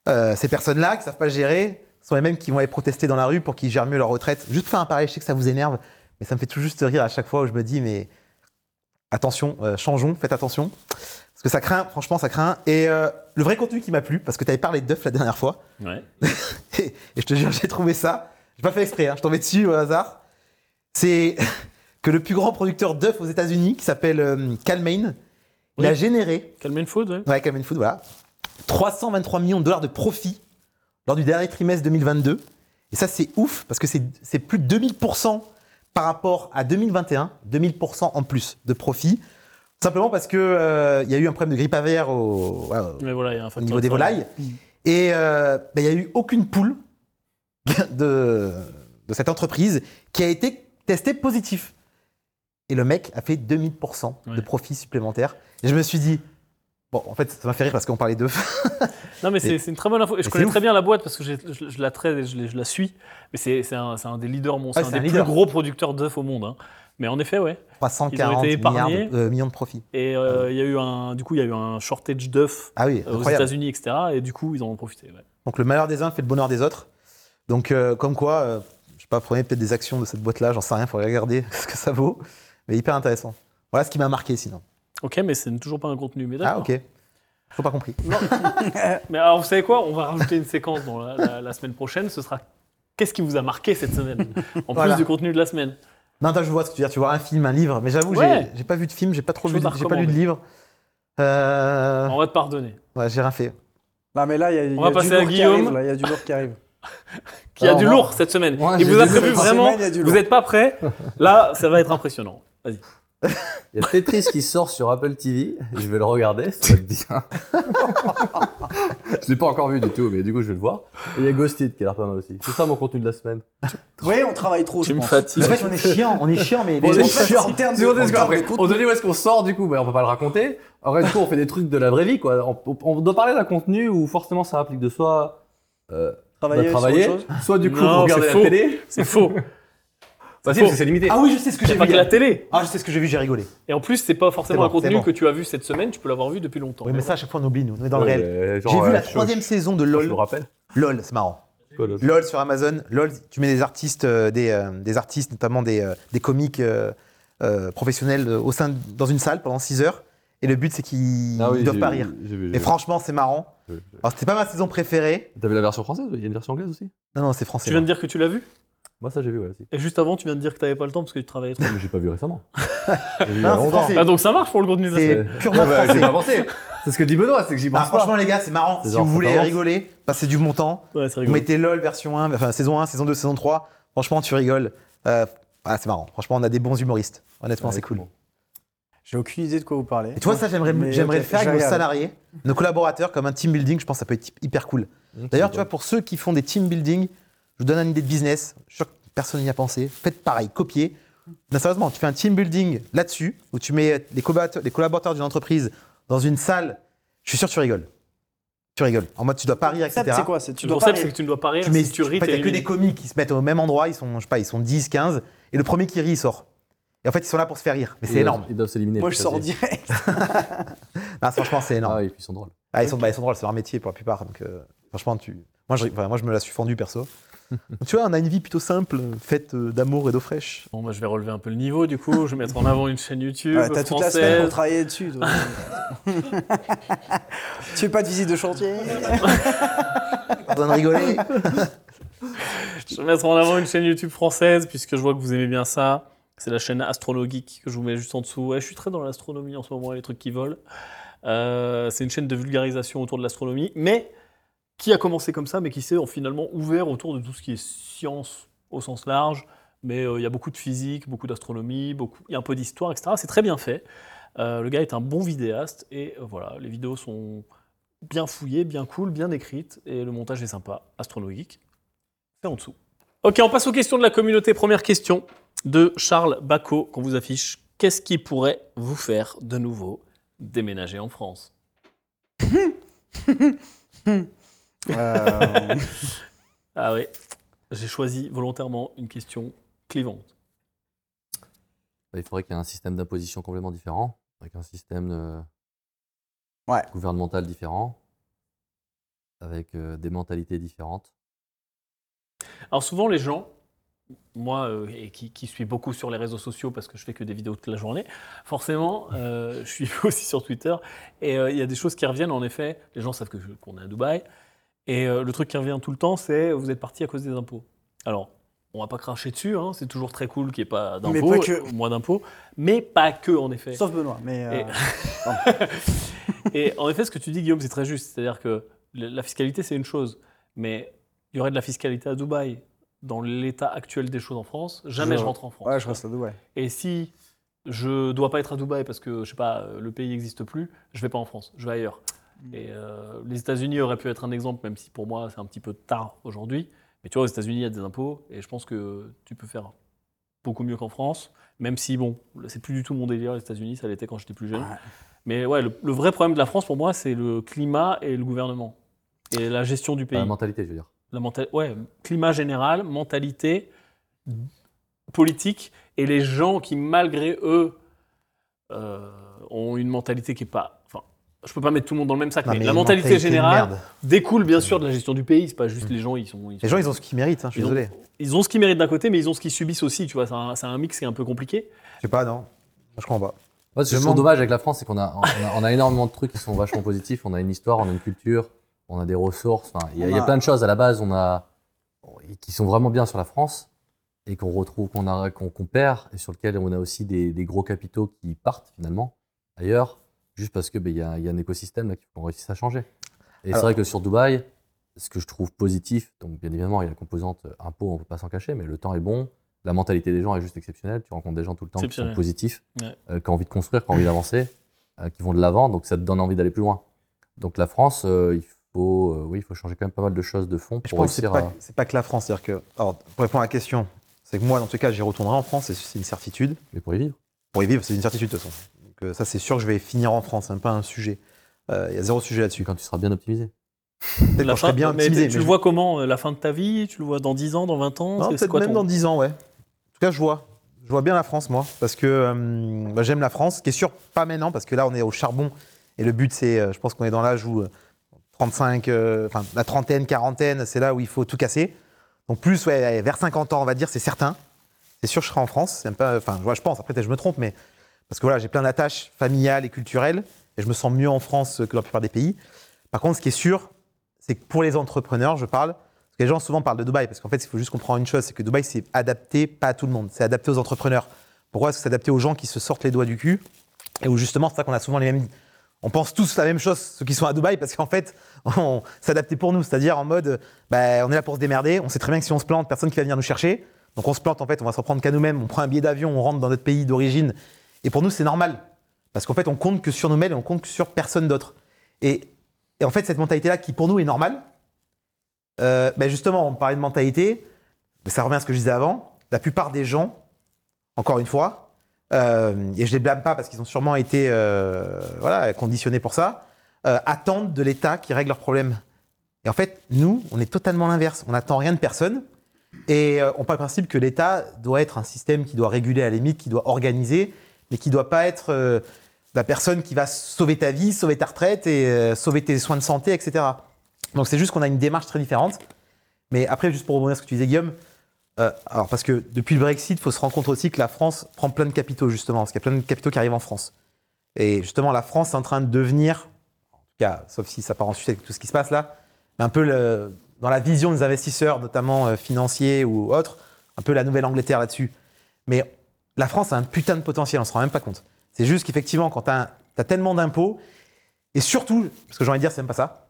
euh, ces personnes-là, qui savent pas gérer, sont les mêmes qui vont aller protester dans la rue pour qu'ils gèrent mieux leur retraite. Juste pour faire un pareil, je sais que ça vous énerve, mais ça me fait tout juste rire à chaque fois où je me dis, mais attention, euh, changeons, faites attention. Parce que ça craint, franchement, ça craint. Et euh, le vrai contenu qui m'a plu, parce que tu avais parlé de d'œufs la dernière fois, <laughs>
Ouais.
et, et je te jure, j'ai trouvé ça. J'ai pas fait exprès, hein, je tombais dessus au hasard. C'est <laughs> que le plus grand producteur d'œufs aux États-Unis, qui s'appelle euh, Calmaine, il
Oui.
a généré
Calme une faute, ouais.
Ouais, Calvin Food, voilà. 323 millions de dollars de profit lors du dernier trimestre 2022. Et ça, c'est ouf parce que c'est c'est plus de 2000% par rapport à 2021, 2000% en plus de profit. Simplement parce que euh, il y a eu un problème de grippe aviaire au, voilà,
Mais voilà, il y a un
au
facteur
niveau des
de Mm. travail.
volailles. Et euh, ben, il n'y a eu aucune poule <laughs> de, de cette entreprise qui a été testée positif. Et le mec a fait 2000% de
Ouais.
profit supplémentaire. Et je me suis dit, bon, en fait, ça m'a fait rire parce qu'on parlait <laughs> d'eux.
Non, mais c'est
Mais-
c'est une très bonne info. Et je
mais
connais
c'est
très bien la boîte parce que j'ai- je, je la traite et je, l'ai- je la suis. Mais c'est c'est un, c'est un des leaders, mon- c'est
Ah,
un
c'est
des
un leader.
plus gros producteurs d'œufs au monde. hein. Mais en effet, ouais.
340 milliards
épargnés.
de, euh, millions de profits.
Et euh, il y a eu un, du coup, il y a eu un shortage d'œufs
Ah oui,
euh, aux
incroyable.
États-Unis, etc. Et du coup, ils en ont profité. ouais.
Donc le malheur des uns fait le bonheur des autres. Donc euh, comme quoi, euh, je sais pas, prenez peut-être des actions de cette boîte-là, j'en sais rien, faudrait regarder <laughs> ce que ça vaut. Mais hyper intéressant. Voilà ce qui m'a marqué sinon.
Ok, mais c'est toujours pas un contenu. Mais
Ah
d'accord.
ok. Faut pas compris.
Mais alors, vous savez quoi On va rajouter une séquence dans la, la- la semaine prochaine. Ce sera qu'est-ce qui vous a marqué cette semaine En
Voilà.
plus du contenu de la semaine.
Non, attends, je vois ce que tu veux dire. Tu vois un film, un livre. Mais j'avoue, j'ai-
Ouais.
j'ai pas vu de film, j'ai pas trop
Chose
vu,
à
de- j'ai pas lu
recommander.
de livre. Euh,
On va te pardonner.
ouais, j'ai rien fait.
Non, mais là, il y a, il y
On va
a du
passer à
lourd qui
Guillaume.
arrive. là, Il y a du lourd qui arrive.
Qui a
Alors,
du
moi-
lourd cette semaine.
Ouais,
Il
j'ai
vous a
du
prévu
lourd. Cette
vraiment.
semaine, il y a du
Vous
lourd.
n'êtes pas prêt Là, ça va être impressionnant. Vas-y.
Il y a Tetris qui sort sur Apple TV. Je vais le regarder, ça va être bien. <laughs> je l'ai pas encore vu du tout, mais du coup, je vais le voir. Et il y a Ghosted qui a l'air pas mal aussi. C'est ça mon contenu de la semaine.
Oui, on travaille trop, je
Tu me
pense.
fatigues.
En fait, on est chiant, on est chiant,
<laughs>
mais
Bon,
les
est
gens-
on
chiant.
sort-
En termes de-
seconde,
en
seconde.
termes
Après,
de contenu.
on se dit où est-ce qu'on sort du coup, bah, on peut pas le raconter. En vrai, du coup, on fait des trucs de la vraie vie quoi. On, on- on doit parler d'un contenu où forcément ça implique de soit euh, bah,
Travailler,
travailler,
sur autre chose.
soit du coup
Non,
regarder
c'est
la
faux.
télé.
C'est faux.
Bah, si,
faux.
parce que c'est limité.
Ah oui, je sais ce que
Il n'y
j'ai
a pas
vu.
que la télé.
Ah, je sais ce que j'ai vu, j'ai rigolé.
Et en plus, c'est pas forcément
C'est
un
bon, c'est
contenu
bon.
que tu as vu cette semaine. Tu peux l'avoir vu depuis longtemps.
Oui, mais ça, à chaque fois, on oublie, nous. On est dans
Ouais,
le réel.
mais genre,
J'ai vu
euh,
la
je-
troisième saison de
Je, je le
LOL.
rappelle.
LOL, c'est marrant.
Quoi, le-
LOL sur Amazon. LOL, tu mets des artistes, euh, des, euh, des artistes notamment des, euh, des comiques euh, euh, professionnels euh, au sein, dans une salle pendant 6 heures. Et le but, c'est qu'ils
Ah
ne
oui,
doivent
j'ai
pas
vu,
rire.
j'ai vu, j'ai
Et
vu.
franchement, c'est marrant.
J'ai- j'ai-
Alors, c'était pas ma saison préférée.
T'avais la version française Il y a une version anglaise aussi
Non, non, c'est français.
Tu viens de dire que tu l'as vu
Moi, ça, j'ai vu, ouais, aussi.
et juste avant, tu viens de dire que tu n'avais pas le temps parce que tu travaillais trop.
Mais j'ai pas vu
<laughs>
récemment.
Non, c'est français.
Ah, donc ça marche pour le contenu de la semaine.
C'est purement
Ah bah,
français.
pensé. C'est ce que dit Benoît, c'est que j'y
Ah,
pense pas.
franchement, les gars, c'est marrant.
C'est
Si
genre,
vous
ça
voulez
commence.
rigoler, passez du bon temps.
Ouais, c'est
Vous
rigolo.
mettez LOL version 1, enfin saison 1, saison 2, saison 3. Franchement, tu rigoles. Euh, ah, c'est marrant. Franchement, on a des bons humoristes. Honnêtement, c'est cool.
J'ai aucune idée de quoi vous parlez.
Et tu vois, ça, j'aimerais
Mais,
j'aimerais
ok,
le faire
je
avec nos
regarde.
salariés, nos collaborateurs, comme un team building. Je pense que ça peut être hyper cool. D'ailleurs, tu vois, pour ceux qui font des team building, je vous donne une idée de business. Je suis sûr que personne n'y a pensé. Faites pareil, copiez. Non, sérieusement, tu fais un team building là-dessus, où tu mets les collaborateurs, les collaborateurs d'une entreprise dans une salle. Je suis sûr que tu rigoles. Tu rigoles. En mode, tu dois pas rire,
Le
etc.
concept, c'est quoi C'est- Tu
Le
dois pas
concept,
rire.
c'est que tu ne dois pas rire.
Tu mets,
si tu
en
ris,
fait, il
t'es
n'y a que des
éliminé.
commis qui se mettent au même endroit. Ils sont, je sais pas, ils sont 10, 15. Et le premier qui rit, il sort. Et en fait, ils sont là pour se faire rire. Mais c'est énorme.
Ils doivent s'éliminer.
Moi, je sors
sordi.
direct.
Non, franchement, c'est énorme.
Ah oui, puis ils sont drôles.
Ah, ils, sont, bah, ils sont drôles, c'est leur métier pour la plupart. Donc, euh, franchement, tu... moi, je, enfin, moi, je me la suis fendue perso. Donc, <laughs> tu vois, on a une vie plutôt simple, faite euh, d'amour et d'eau fraîche.
Bon, bah, je vais relever un peu le niveau du coup. Je vais mettre en avant une chaîne YouTube
Ouais, T'as toute la semaine
française.
pour travailler dessus. toi. <laughs> tu fais pas de visite de chantier
Pardon de rigoler.
Je vais mettre en avant une chaîne YouTube française puisque je vois que vous aimez bien ça. C'est la chaîne Astronogeek que je vous mets juste en dessous. Ouais, je suis très dans l'astronomie en ce moment, les trucs qui volent. Euh, c'est une chaîne de vulgarisation autour de l'astronomie, mais qui a commencé comme ça, mais qui s'est finalement ouvert autour de tout ce qui est science au sens large. Mais euh, il y a beaucoup de physique, beaucoup d'astronomie, beaucoup... il y a un peu d'histoire, etc. C'est très bien fait. Euh, le gars est un bon vidéaste et euh, voilà, les vidéos sont bien fouillées, bien cool, bien écrites et le montage est sympa. Astronogeek, c'est en dessous. Ok, on passe aux questions de la communauté. Première question de Charles Bacot qu'on vous affiche. Qu'est-ce qui pourrait vous faire de nouveau déménager en France
Euh,
Ah oui, j'ai choisi volontairement une question clivante.
Bah, Il faudrait qu'il y ait un système d'imposition complètement différent, avec un système euh,
Ouais.
gouvernemental différent, avec euh, des mentalités différentes.
Alors souvent les gens, moi euh, et qui, qui suis beaucoup sur les réseaux sociaux parce que je fais que des vidéos toute la journée, forcément, euh, <laughs> je suis aussi sur Twitter et euh, il y a des choses qui reviennent en effet. Les gens savent que je- qu'on est à Dubaï et euh, le truc qui revient tout le temps, c'est euh, vous êtes parti à cause des impôts. Alors on va pas cracher dessus, hein, c'est toujours très cool qu'il n'y ait pas
Mais
d'impôts,
pas que.
euh, moins d'impôts, mais pas que en effet.
<laughs> Sauf Benoît, mais euh,
Et- Et en effet, ce que tu dis, Guillaume, c'est très juste. C'est-à-dire que le- la fiscalité, c'est une chose. Mais il y aurait de la fiscalité à Dubaï. Dans l'état actuel des choses en France, jamais
Je-
je, rentre en France.
ouais, je reste à Dubaï.
Et si je dois pas être à Dubaï parce que, je sais pas, euh, le pays n'existe plus, je vais pas en France, je vais ailleurs. Et euh, les États-Unis auraient pu être un exemple, même si pour moi, c'est un petit peu tard aujourd'hui. Mais tu vois, aux États-Unis, il y a des impôts et je pense que tu peux faire beaucoup mieux qu'en France, même si, bon, c'est plus du tout mon délire, les États-Unis, ça l'était quand j'étais plus jeune.
Ouais.
Mais ouais, le, le vrai problème de la France pour moi, c'est le climat et le gouvernement. Et la gestion du pays.
Enfin, la mentalité, je veux dire.
La menta- ouais, climat général, mentalité, politique, et les gens qui, malgré eux, euh, ont une mentalité qui est pas. Enfin, je peux pas mettre tout le monde dans le même sac,
Non,
mais,
mais
la
une
mentalité,
mentalité de
générale
merde. Mm.
découle bien sûr de la gestion du pays. C'est pas juste les gens, ils sont.
Les gens, ils ont ce qu'ils méritent, hein, je suis
Ils ont-
désolé.
ils ont ce qu'ils méritent d'un côté, mais ils ont ce qu'ils subissent aussi. Tu vois, c'est un, c'est un mix qui est un peu compliqué.
Je sais pas, non. Moi, je comprends pas.
Ouais, ce
Je
que je trouve
manque-
dommage avec la France, c'est qu'on a, on a, on a énormément de trucs qui sont vachement positifs. On a une histoire, on a une culture, on a des ressources. Enfin, Il y, a-
On
il y a
a-
plein de choses à la base on a, qui sont vraiment bien sur la France et qu'on retrouve, qu'on a- qu'on- qu'on perd et sur lequel on a aussi des, des gros capitaux qui partent finalement ailleurs, juste parce que ben, il y, a- il y a un écosystème là, qu'il faut qu'on réussisse à changer. Et c'est
Alors-
vrai que sur Dubaï, ce que je trouve positif, donc bien évidemment, il y a la composante euh, impôt, on ne peut pas s'en cacher, mais le temps est bon, la mentalité des gens est juste exceptionnelle. Tu rencontres des gens tout le temps qui sont
Exceptionnel.
positifs,
Ouais.
euh, qui ont envie de construire, qui ont envie d'avancer, euh, qui vont de l'avant, donc ça te donne envie d'aller plus loin. Donc la France, euh, il faut, euh, oui, il faut changer quand même pas mal de choses de fond
Je
pour
pense que c'est
réussir
pas,
à.
c'est pas que la France. C'est-à-dire que, alors, pour répondre à la question, c'est que moi, dans tout cas, j'y retournerai en France, c'est- c'est une certitude.
Mais pour y vivre.
Pour y vivre, c'est une certitude, de toute façon. Donc, euh, ça, c'est sûr que je vais finir en France, c'est même pas un sujet. Euh, Il y a zéro sujet
Tu-
là-dessus.
quand tu seras bien optimisé.
Peut-être
La
quand je serai
fin-
bien
mais
optimisé.
tu
mais
le
je-
vois comment euh, La fin de ta vie Tu le vois dans 10 ans, dans 20 ans
Non,
C'est- c'est
peut-être
quoi
même
ton-
dans 10 ans, ouais. En tout cas, je vois. Je vois bien la France, moi, parce que euh, bah, j'aime la France, qui est sûr pas maintenant, parce que là, on est au charbon, et le but, c'est, euh, je pense qu'on est dans l'âge où euh, 35, euh, enfin, la trentaine, quarantaine, c'est là où il faut tout casser. Donc plus, ouais, allez, vers 50 ans, on va dire, c'est certain. C'est sûr, je serai en France. C'est même pas, euh, enfin, ouais, je pense, après, peut-être je me trompe, mais parce que voilà, j'ai plein d'attaches familiales et culturelles, et je me sens mieux en France que dans la plupart des pays. Par contre, ce qui est sûr, c'est que pour les entrepreneurs, je parle, parce que les gens souvent parlent de Dubaï, parce qu'en fait, il faut juste comprendre une chose, c'est que Dubaï, c'est adapté pas à tout le monde, c'est adapté aux entrepreneurs. Pourquoi Parce que c'est adapté aux gens qui se sortent les doigts du cul, et où justement, c'est ça qu'on a souvent les mêmes... On pense tous la même chose, ceux qui sont à Dubaï, parce qu'en fait, <laughs> on s'est adapté pour nous, c'est-à-dire en mode, euh, bah, on est là pour se démerder, on sait très bien que si on se plante, personne qui va venir nous chercher, donc on se plante en fait, on va s'en prendre qu'à nous-mêmes, on prend un billet d'avion, on rentre dans notre pays d'origine, et pour nous, c'est normal, parce qu'en fait, on compte que sur nous-mêmes, et on compte que sur personne d'autre. Et, et en fait, cette mentalité-là, qui pour nous est normale, euh, ben justement, on parlait de mentalité, mais ça revient à ce que je disais avant. La plupart des gens, encore une fois, euh, et je les blâme pas parce qu'ils ont sûrement été euh, voilà, conditionnés pour ça, euh, attendent de l'État qui règle leurs problèmes. Et en fait, nous, on est totalement l'inverse. On n'attend rien de personne. Et euh, on part du principe que l'État doit être un système qui doit réguler à la limite, qui doit organiser, mais qui doit pas être euh, la personne qui va sauver ta vie, sauver ta retraite et euh, sauver tes soins de santé, etc. Donc c'est juste qu'on a une démarche très différente. Mais après, juste pour rebondir sur ce que tu disais, Guillaume, euh, alors parce que depuis le Brexit, il faut se rendre compte aussi que la France prend plein de capitaux, justement, parce qu'il y a plein de capitaux qui arrivent en France. Et justement, la France est en train de devenir, en tout cas, sauf si ça part en suite avec tout ce qui se passe là, mais un peu le- dans la vision des investisseurs, notamment euh, financiers ou autres, un peu la Nouvelle-Angleterre là-dessus. Mais la France a un putain de potentiel, on ne se rend même pas compte. C'est juste qu'effectivement, quand tu as, tellement d'impôts, et surtout, parce que j'ai envie de dire, c'est même pas ça,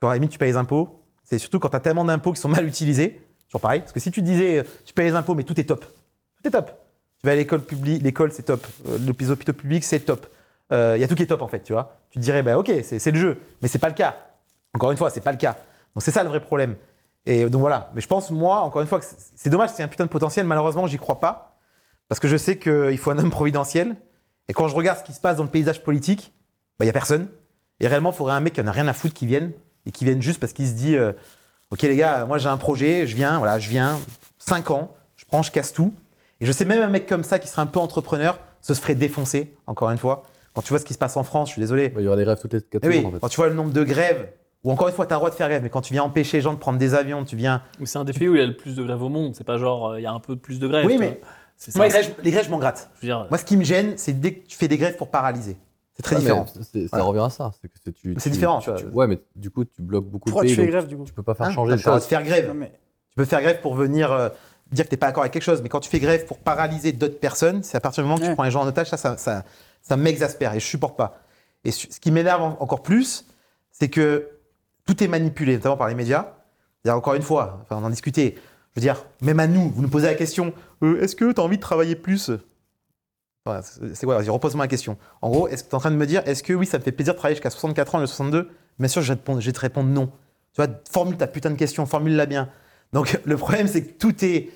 parce qu'en limite, tu payes les impôts, c'est surtout quand tu as tellement d'impôts qui sont mal utilisés, toujours pareil, parce que si tu disais, euh, tu payes les impôts, mais tout est top, tout est top. Tu vas à l'école publique, l'école c'est top, Euh, les hôpitaux publics c'est top, Euh, il y a tout qui est top en fait, tu vois. Tu te dirais, bah ok, c'est c'est le jeu, mais c'est pas le cas. Encore une fois, c'est pas le cas. Donc c'est ça le vrai problème. Et donc voilà, mais je pense, moi, encore une fois, que c'est c'est dommage, c'est un putain de potentiel, malheureusement, j'y crois pas. Parce que je sais qu'il faut un homme providentiel. Et quand je regarde ce qui se passe dans le paysage politique, il y n'y a personne. Et réellement, il faudrait un mec qui en a rien à foutre qui vienne. Et qui vienne juste parce qu'il se dit euh, Ok, les gars, moi j'ai un projet, je viens, voilà, je viens, 5 ans, je prends, je casse tout. Et je sais même un mec comme ça qui serait un peu entrepreneur se ferait défoncer, encore une fois. Quand tu vois ce qui se passe en France, je suis désolé.
Il y aura des rêves toutes les quatre
Eh oui,
secondes, en fait.
quand tu vois le nombre de grèves, ou encore une fois, tu as le droit de faire grève, mais quand tu viens empêcher les gens de prendre des avions, tu viens.
Ou c'est un des pays où il y a le plus de grèves au monde. C'est pas genre, euh, il y a un peu plus de grèves.
Oui,
tu
mais-
vois. C'est ça.
Moi, les grèves, les grèves, je m'en gratte.
Je veux dire,
Moi, ce qui me gêne, c'est dès que tu fais des grèves pour paralyser. C'est très
Ouais, mais
différent.
c'est- c'est- Ça
Voilà.
revient à ça. C'est que c'est- tu-
Mais c'est
tu-
différent,
tu-
tu vois.
ouais, mais du coup, tu bloques beaucoup
Pourquoi
de
tu
pays.
fais
donc
grève du coup
tu peux pas faire
Hein
changer
T'as
les
le droit de
choses.
faire grève.
Non, mais-
Tu peux faire grève pour venir euh, dire que t'es pas d'accord avec quelque chose, mais quand tu fais grève pour paralyser d'autres personnes, c'est à partir du moment que
Ouais.
tu prends les gens en otage, ça, ça, ça, ça m'exaspère et je supporte pas. Et su- ce qui m'énerve en- encore plus, c'est que tout est manipulé, notamment par les médias. C'est-à-dire, encore une fois, enfin, on en discutait. Je veux dire, même à nous, vous nous posez la question euh, est-ce que tu as envie de travailler plus Voilà, C'est c'est quoi Vas-y, repose-moi la question. En gros, est-ce que tu es en train de me dire est-ce que oui, ça me fait plaisir de travailler jusqu'à 64 ans, le 62 Bien sûr, je vais, te répondre, je vais te répondre non. Tu vois, formule ta putain de question, formule-la bien. Donc, le problème, c'est que tout est,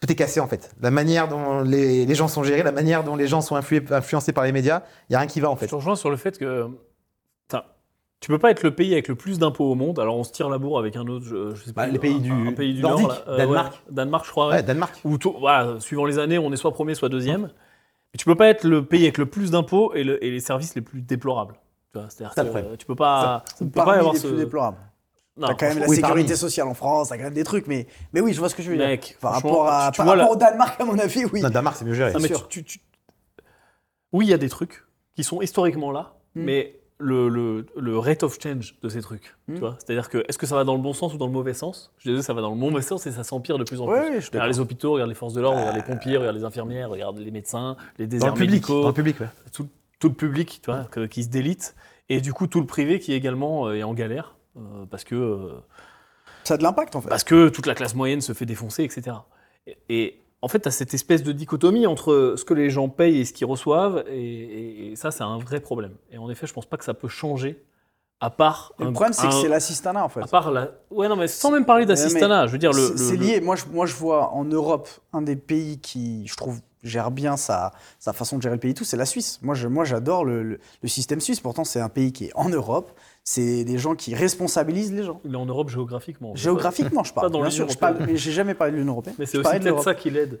tout est cassé, en fait. La manière dont les, les gens sont gérés, la manière dont les gens sont influés- influencés par les médias, il n'y a rien qui va, en
Je
fait.
te rejoins sur le fait que putain, tu peux pas être le pays avec le plus d'impôts au monde. Alors on se tire la bourre avec un autre, je, je sais
Bah,
plus,
les pays
un-
du-
un pays du
nordique,
Nord, là. Euh, ouais,
Danemark.
Danemark, je crois. ouais.
Ouais, Danemark.
Ou tout- voilà, suivant les années, on est soit premier, soit deuxième. Mais tu peux pas être le pays avec le plus d'impôts et, le- et les services les plus déplorables. Tu vois, C'est-à-dire
Ça,
que
le problème.
euh, tu peux pas, tu
Ou
peux
parmi
pas avoir
les
ce.
plus déplorables.
Non,
T'as quand même la
oui,
sécurité
parmi.
sociale en France, t'as quand même des trucs, mais, mais oui, je vois ce que je veux dire.
mec,
Par
franchement,
rapport, à,
tu- tu
par
vois
rapport
la-
au Danemark, à mon avis, oui.
Non, Danemark, c'est mieux géré.
Non, Ah, mais
sûr.
tu- tu- tu- Oui, il y a des trucs qui sont historiquement là,
Mm.
Hmm.
mais le, le- le rate of change de ces trucs,
Mm.
Hmm.
tu vois, c'est-à-dire que est-ce que ça va dans le bon sens ou dans le mauvais sens Je suis désolé, ça va dans le mauvais sens et ça s'empire de plus en
Ouais,
plus.
ouais, je suis
regarde
d'accord.
les hôpitaux, regarde les forces de l'ordre, regarde les pompiers, regarde les infirmières, regarde les médecins, les
Euh. Dans
déserts
le public.
médicaux,
Dans le public, ouais.
tout le public, tu vois, que- qui se délite, et du coup tout le privé qui également euh, est en galère euh, parce que euh,
Ça a de l'impact en fait.
parce que toute la classe moyenne se fait défoncer, etc. Et, et en fait, tu as cette espèce de dichotomie entre ce que les gens payent et ce qu'ils reçoivent, et, et- et ça, c'est un vrai problème. Et en effet, je pense pas que ça peut changer, à part.
le
un-
problème, c'est
un-
que c'est l'assistanat en fait.
À part la. Ouais, non, mais sans même parler d'assistanat, je veux dire, le.
C'est
le-
c'est
le-
lié. Moi je, moi, je vois en Europe un des pays qui, je trouve, gère bien sa, sa façon de gérer le pays et tout, c'est la Suisse. Moi, je- moi, j'adore le, le- le système suisse. Pourtant, c'est un pays qui est en Europe. C'est des gens qui responsabilisent les gens.
il est en Europe géographiquement. en fait.
Géographiquement, je
<laughs>
parle.
Pas dans
bien
l'Union
sûr, je
européenne.
parle, mais j'ai jamais parlé de l'Union européenne.
Mais c'est
Je
aussi
parlais de
peut-être
l'Europe.
ça qui l'aide.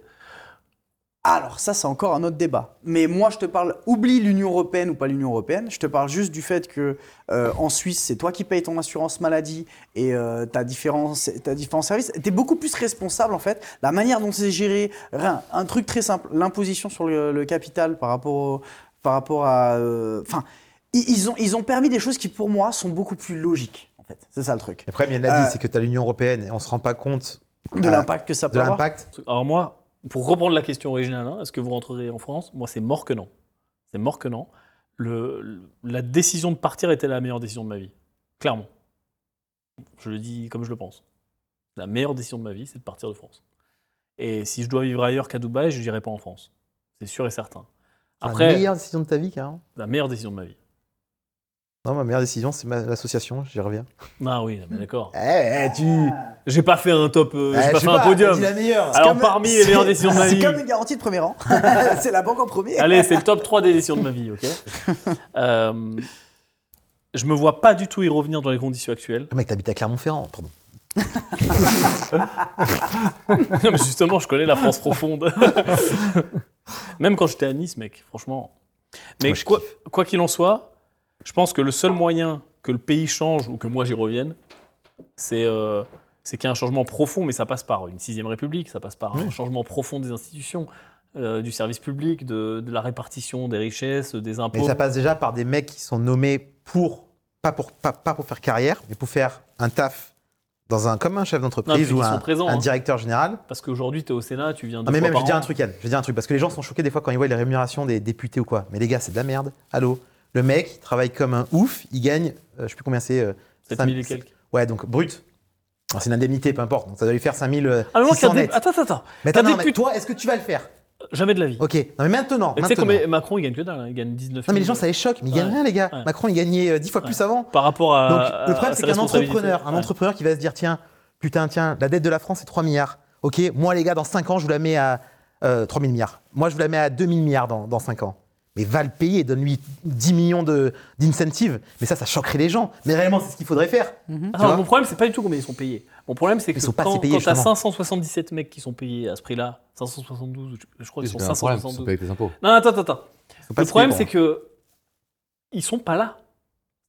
Alors, ça, c'est encore un autre débat. Mais moi, je te parle, oublie l'Union européenne ou pas l'Union européenne, je te parle juste du fait que euh, en Suisse, c'est toi qui payes ton assurance maladie et euh, t'as différents, t'as différents services. T'es beaucoup plus responsable, en fait. La manière dont c'est géré, rien. Un truc très simple, l'imposition sur le, le capital par rapport, au- par rapport à. euh, Enfin, i- ils, ont, ils ont permis des choses qui, pour moi, sont beaucoup plus logiques, en fait. C'est ça le truc.
Le problème, il y en a
Euh,
dit, c'est que tu as l'Union européenne et on se rend pas compte
De
Ah,
l'impact que ça
de
peut avoir.
l'impact.
Alors moi, pour reprendre la question originale, hein, est-ce que vous rentrerez en France Moi, c'est mort que non. C'est mort que non. Le, le- la décision de partir était la meilleure décision de ma vie. Clairement. Je le dis comme je le pense. La meilleure décision de ma vie, c'est de partir de France. Et si je dois vivre ailleurs qu'à Dubaï, je n'irai pas en France. C'est sûr et certain.
La
Après,
meilleure décision de ta vie, carrément.
la meilleure décision de ma vie.
Non, ma meilleure décision, c'est ma- l'association, j'y reviens.
Ah oui, mais d'accord.
Eh, eh, tu.
J'ai pas fait un top, euh,
Eh,
j'ai
je
pas
sais
fait un
pas,
podium.
t'as dit la meilleure.
Alors,
Comme-
parmi les meilleures
c'est-
décisions de ma vie.
C'est comme une garantie de premier rang. <laughs> c'est la banque en premier.
Allez, c'est le top 3 des décisions de ma vie,
<laughs>
ok Euh, Je me vois pas du tout y revenir dans les conditions actuelles.
Ah, Mec, t'habites à Clermont-Ferrand, pardon.
Non, mais Justement, je connais la France profonde. <laughs> Même quand j'étais à Nice, mec, franchement. Mais
Moi, je
quoi quoi qu'il en soit, je pense que le seul moyen que le pays change ou que moi j'y revienne, c'est euh, c'est qu'il y a un changement profond, mais ça passe par une sixième république, ça passe par un changement profond des institutions, euh, du service public, de, de la répartition des richesses, des impôts.
Mais ça passe déjà par des mecs qui sont nommés pour pas pour pas, pas pour faire carrière, mais pour faire un taf dans un comme un chef
Non, parce
d'entreprise
qu'ils
ou
sont
un,
présents,
un
hein.
directeur général.
Parce qu'aujourd'hui, tu es au Sénat, tu viens de.
Non Ah, mais même je vais dire un truc Yann, je vais dire un truc parce que les gens sont choqués des fois quand ils voient les rémunérations des députés ou quoi. Mais les gars, c'est de la merde. Allô, le mec il travaille comme un ouf, il gagne euh, je sais plus combien c'est euh,
7000 et
cinq-
quelques.
Ouais, donc brut. Alors, C'est une indemnité, peu importe. Donc ça doit lui faire 5000 euh,
Ah, mais moi,
600
t'as des-
net.
Attends, attends, attends.
Mais attends,
t'as
non,
des
mais
putes-
toi, est-ce que tu vas le faire
Jamais de la vie.
OK. Non mais maintenant,
Et Tu sais
Oh, maintenant.
combien Macron, il gagne que dalle. hein, Il gagne 19
Non mais les
000.
gens ça les choque, mais ils gagnent
Ouais.
rien les gars.
Ouais.
Macron il gagnait euh, 10 fois plus avant.
Par rapport à.
Donc,
à-
le
à
problème, c'est
ses
qu'un
responsabilités.
entrepreneur, un
euh, Ouais.
entrepreneur qui va se dire tiens, putain, tiens, la dette de la France, c'est 3 milliards. Ok, moi, les gars, dans 5 ans, je vous la mets à. euh, 3 000 milliards. Moi, je vous la mets à 2 000 milliards dans, dans 5 ans. Mais va le payer, donne-lui 10 millions de- d'incentives. Mais ça, ça choquerait les gens. Mais réellement, c'est ce qu'il faudrait faire.
Ah
Tu
non,
vois
mon problème, c'est pas du tout combien ils sont payés. Mon problème, c'est que
Ils sont pas
quand,
assez payés,
quand t'as
justement.
577 mecs qui sont payés à ce prix-là, 572, je- je crois qu'ils sont
C'est un problème, ils sont
572.
payés avec les impôts.
Non, attends, attends, attends.
Faut pas
Le
se
problème,
prendre.
c'est que ils sont pas là.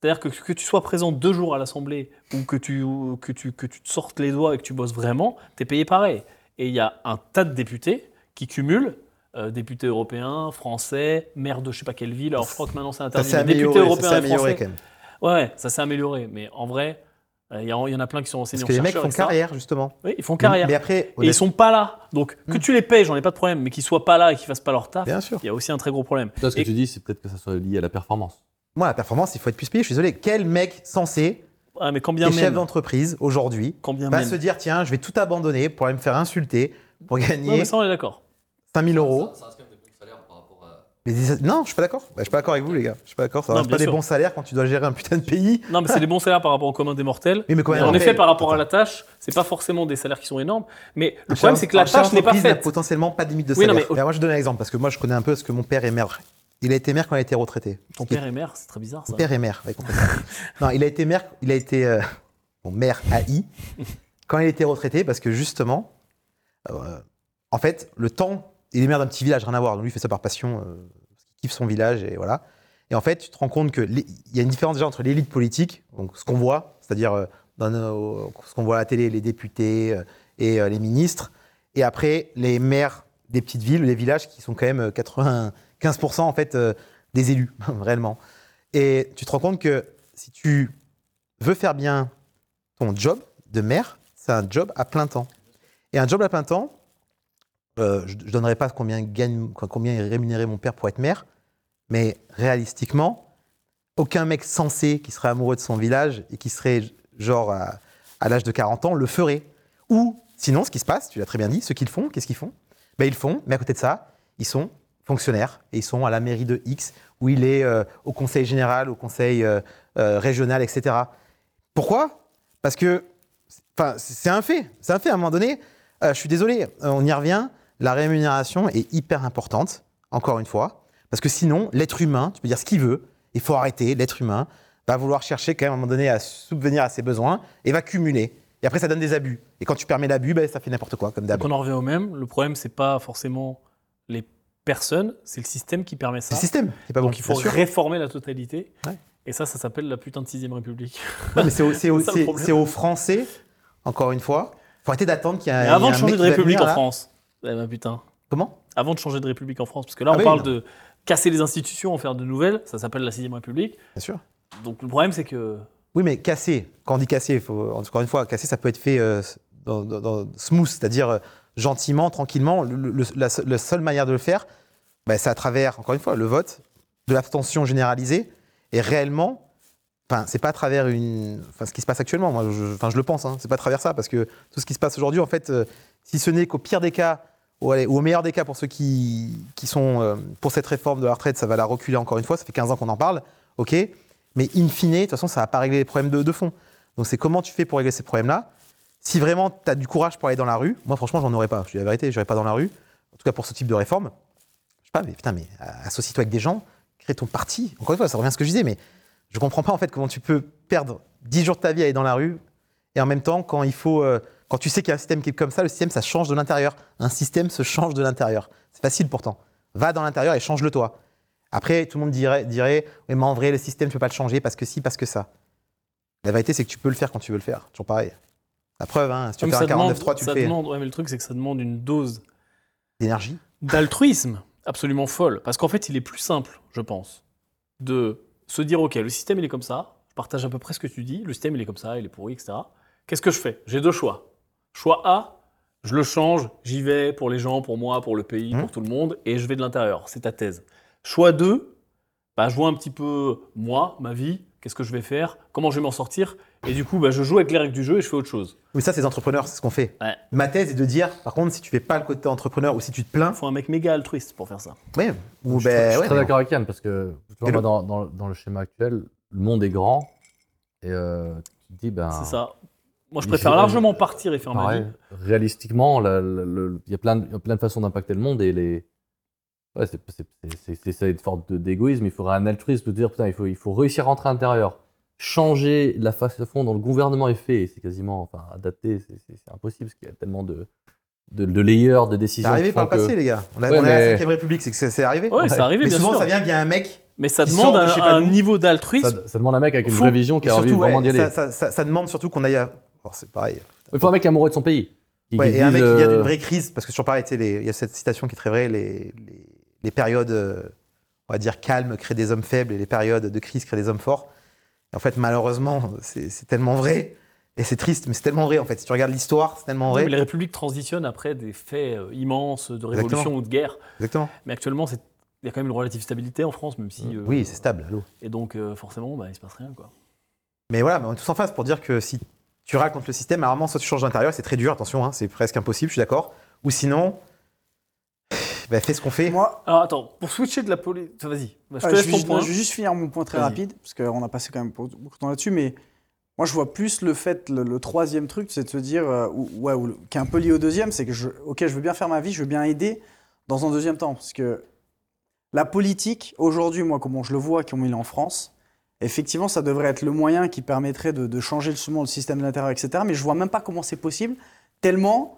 C'est-à-dire que que tu sois présent deux jours à l'Assemblée ou que tu, ou que, tu, que tu te sortes les doigts et que tu bosses vraiment, tu es payé pareil. Et il y a un tas de députés qui cumulent, euh, députés européens, français, maire de je sais pas quelle ville, alors je crois que maintenant c'est
ça
interdit,
s'est
mais députés
amélioré, ça
européens
s'est
et
amélioré
français.
quand même.
Ouais, ouais, ça s'est amélioré, mais en vrai, euh, il y, en- il y en a plein qui sont
Parce
enseignants
que les mecs font
chercheurs, etc.
carrière, justement.
Oui, ils font carrière.
Mais après,
et ils sont pas là. Donc que
Mm.
tu les payes, j'en ai pas de problème, mais qu'ils soient pas là et qu'ils fassent pas leur taf,
bien sûr.
il y a aussi un très gros problème.
Toi, ce que
Et-
tu dis, c'est peut-être que ça soit lié à la performance.
Moi, la performance, il faut être plus payé. Je suis désolé. Quel mec censé,
Ah, mais quand bien
des chefs
même,
d'entreprise aujourd'hui,
quand bien
va
même.
se dire tiens, je vais tout abandonner pour aller me faire insulter, pour
Non,
gagner
mais ça, on est d'accord.
5000 euros
reste quand même des bons salaires par rapport à.
Mais dis- non, je suis pas d'accord. Bah, Je suis pas d'accord avec vous, les gars. Je suis pas d'accord. Ça
Non,
reste pas
bien
des
sûr.
bons salaires quand tu dois gérer un putain de pays.
Non, mais c'est des bons salaires par rapport au commun des mortels.
Oui, mais quand même,
en
après,
effet, par rapport à
attends.
la tâche, c'est pas forcément des salaires qui sont énormes. Mais le
Un
problème,
chef-
c'est que la
un chef
tâche n'est pas
d'entreprise n'a
faite.
potentiellement pas de limite de
Oui, non,
salaire.
mais-
Alors, moi, je donne un exemple parce que moi, je connais un peu ce que mon père est maire. Il a été maire quand il a été retraité.
Ton
Ce qui est-
père est maire, c'est très bizarre ça.
Mon père est maire. ouais, complètement.
<laughs>
non, il a été maire. Il a été euh, bon, maire AI quand il a été retraité parce que justement, euh, en fait, le temps, il est maire d'un petit village, rien à voir. Donc lui, il fait ça par passion, euh, parce qu'il kiffe son village et voilà. Et en fait, tu te rends compte que les- il y a une différence déjà entre l'élite politique, donc ce qu'on voit, c'est-à-dire euh, dans nos- ce qu'on voit à la télé, les députés euh, et euh, les ministres, et après les maires des petites villes, des villages qui sont quand même euh, 95% en fait euh, des élus <laughs> réellement. Et tu te rends compte que si tu veux faire bien ton job de maire, c'est un job à plein temps. Et un job à plein temps, euh, je ne donnerai pas combien, gagne, quoi, combien est rémunéré mon père pour être maire, mais réalistiquement, aucun mec sensé qui serait amoureux de son village et qui serait genre à, à l'âge de 40 ans le ferait. Ou sinon, ce qui se passe, tu l'as très bien dit, ceux qui le font, qu'est-ce qu'ils font ben, Ils le font, mais à côté de ça, ils sont fonctionnaires et ils sont à la mairie de X où il est euh, au conseil général, au conseil euh, euh, régional, etc. Pourquoi Parce que enfin, c'est c'est un fait. C'est un fait à un moment donné. euh, je suis désolé, euh, on y revient. La rémunération est hyper importante, encore une fois, parce que sinon, l'être humain, tu peux dire ce qu'il veut, il faut arrêter. L'être humain va vouloir chercher quand même à un moment donné à subvenir à ses besoins et va cumuler. Et après, ça donne des abus. Et quand tu permets l'abus, ben, ça fait n'importe quoi, comme d'hab.
Donc on en revient au même. Le problème, c'est pas forcément les personnes, c'est le système qui permet
C'est
ça.
le système, c'est pas bon.
Donc il faut
<laughs> bien sûr.
réformer la totalité.
Ouais. Ah,
Et ça, ça s'appelle la putain de 6ème République.
Ouais, mais c'est au- c'est au-
C'est ça, le
c'est-
problème.
c'est aux Français, encore une fois. Faut arrêter d'attendre qu'il y ait un.
Mais avant
il y a
de
un
changer
mec
de
qui va
République
venir,
en
là.
France. Eh ben putain.
Comment
Avant de changer de République en France, parce que là,
Ah
on
oui,
parle
non.
de casser les institutions, en faire de nouvelles. Ça s'appelle la 6ème République.
Bien sûr.
Donc le problème, c'est que
Oui, mais casser, quand on dit casser, faut, encore une fois, casser, ça peut être fait euh, dans, dans- dans- smooth, c'est-à-dire euh, gentiment, tranquillement. Le, le- la, se- la seule manière de le faire, bah, c'est à travers, encore une fois, le vote, de l'abstention généralisée, et réellement, enfin, c'est pas à travers une, enfin, ce qui se passe actuellement, moi, je, enfin, je le pense, hein, c'est pas à travers ça, parce que tout ce qui se passe aujourd'hui, en fait, euh, si ce n'est qu'au pire des cas, ou, allez, ou au meilleur des cas pour ceux qui, qui sont euh, pour cette réforme de la retraite, ça va la reculer encore une fois, ça fait 15 ans qu'on en parle, ok, mais in fine, de toute façon, ça va pas régler les problèmes de, de fond. Donc c'est comment tu fais pour régler ces problèmes-là. Si vraiment tu as du courage pour aller dans la rue, moi franchement, j'en aurais pas. Je dis la vérité, j'irai pas dans la rue. En tout cas pour ce type de réforme. Je sais pas, mais putain, mais euh, associe-toi avec des gens, crée ton parti. Encore une fois, ça revient à ce que je disais, mais je comprends pas en fait comment tu peux perdre 10 jours de ta vie à aller dans la rue et en même temps quand il faut, euh, quand tu sais qu'il y a un système qui est comme ça, le système ça change de l'intérieur. Un système se change de l'intérieur. C'est facile pourtant. Va dans l'intérieur et change-le toi. Après, tout le monde dirait, dirait oui, mais en vrai, le système, tu peux pas le changer parce que si, parce que ça. La vérité, c'est que tu peux le faire quand tu veux le faire. Toujours pareil. La preuve, hein, si tu
Comme
veux faire un
Ah, ça demande-
49.3, tu le
ça
fais.
demande- ouais, mais le truc, c'est que ça demande une dose
D'énergie.
d'altruisme absolument folle. Parce qu'en fait, il est plus simple, je pense, de se dire Ok, le système, il est comme ça, je partage à peu près ce que tu dis, le système, il est comme ça, il est pourri, etc. Qu'est-ce que je fais J'ai deux choix. Choix A, je le change, j'y vais pour les gens, pour moi, pour le pays,
Mhm.
pour tout le monde, et je vais de l'intérieur. C'est ta thèse. Choix 2, bah, je vois un petit peu moi, ma vie, qu'est-ce que je vais faire, comment je vais m'en sortir, et du coup, bah, je joue avec les règles du jeu et je fais autre chose.
Mais ça, c'est les entrepreneurs, c'est ce qu'on fait.
Ouais.
Ma thèse est de dire, par contre, si tu fais pas le côté entrepreneur ou si tu te plains,
Il faut un mec méga altruiste pour faire ça.
ouais, ou ben,
je suis, très- je suis
ouais,
très
mais
d'accord avec Yann parce que tu vois,
Et
moi,
le-
dans, dans- dans le schéma actuel, le monde est grand et euh, tu te dis ben
C'est ça. Moi, je
Il
préfère
fait-
largement partir et faire ma
Pareil.
vie.
Réalistiquement, la- la- le- il y a plein de, il y a plein de façons d'impacter le monde et les. Ouais, c'est- c'est- c'est- c'est- c'est ça une forme de- d'égoïsme. Il faudrait un altruisme de dire putain, il faut, il faut réussir à rentrer à l'intérieur, changer la façon dont le gouvernement est fait. et C'est quasiment enfin, adapté, c'est- c'est c'est impossible parce qu'il y a tellement de, de, de layers de
C'est
décisions.
arrivé
qui
par le
font que-
passé, les gars. On a,
Ouais,
on est à
mais-
la 5ème République, c'est que c'est c'est arrivé.
Ouais, c'est arrivé,
mais
bien
souvent,
sûr.
ça vient via un mec.
Mais ça
qui
demande
sort de
un,
je sais pas
un
d'où.
niveau
ça,
d'altruisme.
ça demande un mec avec une
Fou.
vraie vision qui
Et
a envie
surtout, ouais,
vraiment d'y aller.
ça, ça- ça- ça demande surtout qu'on aille à. bon, c'est pareil.
Il faut un mec amoureux de son pays. Qui-
Ouais,
qui
et un
dise,
mec qui vient
euh,
d'une vraie crise, parce que sur pareil, tu sais, les- il y a cette citation qui est très vraie les, les- les périodes, euh, on va dire, calmes créent des hommes faibles et les périodes de crise créent des hommes forts. Et en fait, malheureusement, c'est c'est tellement vrai. Et c'est triste, mais c'est tellement vrai en fait. Si tu regardes l'histoire, c'est tellement
Non,
vrai.
mais les républiques transitionnent après des faits euh, immenses de révolution
Exactement.
ou de guerre.
Exactement.
Mais actuellement, c'est- il y a quand même une relative stabilité en France, même si. euh,
oui, c'est stable.
Et donc, euh, forcément, bah, il se passe rien. Quoi.
Mais voilà, mais on est tous en face pour dire que si tu râles contre le système, à un moment, soit tu changes d'intérieur, c'est très dur, attention, hein, c'est presque impossible, je suis d'accord. Ou sinon, bah, fais ce qu'on fait.
Moi,
Alors, attends, pour switcher de la police. Vas-y, Bah, je te
euh, je,
laisse
vais
ton
juste-
point.
je vais juste finir mon point très
Vas-y.
rapide, parce qu'on a passé quand même beaucoup de temps là-dessus, mais moi, je vois plus le fait, le, le troisième truc, c'est de se dire, euh, ou- ouais, ou le- qui est un peu lié au deuxième, c'est que, je, ok, je veux bien faire ma vie, je veux bien aider dans un deuxième temps, parce que la politique, aujourd'hui, moi, comment je le vois, comment il est en France, effectivement, ça devrait être le moyen qui permettrait de, de changer justement le système de l'intérieur, etc. Mais je vois même pas comment c'est possible, tellement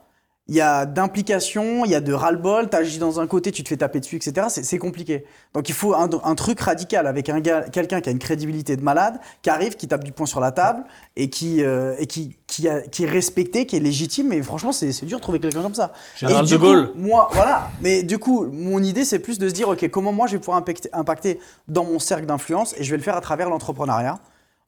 il y a d'implication, il y a de ras-le-bol, t'agis dans un côté, tu te fais taper dessus, etc. C'est- C'est compliqué. Donc il faut un, un truc radical avec un gars, quelqu'un qui a une crédibilité de malade, qui arrive, qui tape du poing sur la table et qui, euh, et qui, qui, a- qui est respecté, qui est légitime. Mais franchement, c'est c'est dur de trouver quelqu'un comme ça.
Général
Et
de
du
Gaulle.
coup, moi, voilà. Mais du coup, mon idée, c'est plus de se dire, OK, comment moi je vais pouvoir impacter, impacter dans mon cercle d'influence et je vais le faire à travers l'entrepreneuriat,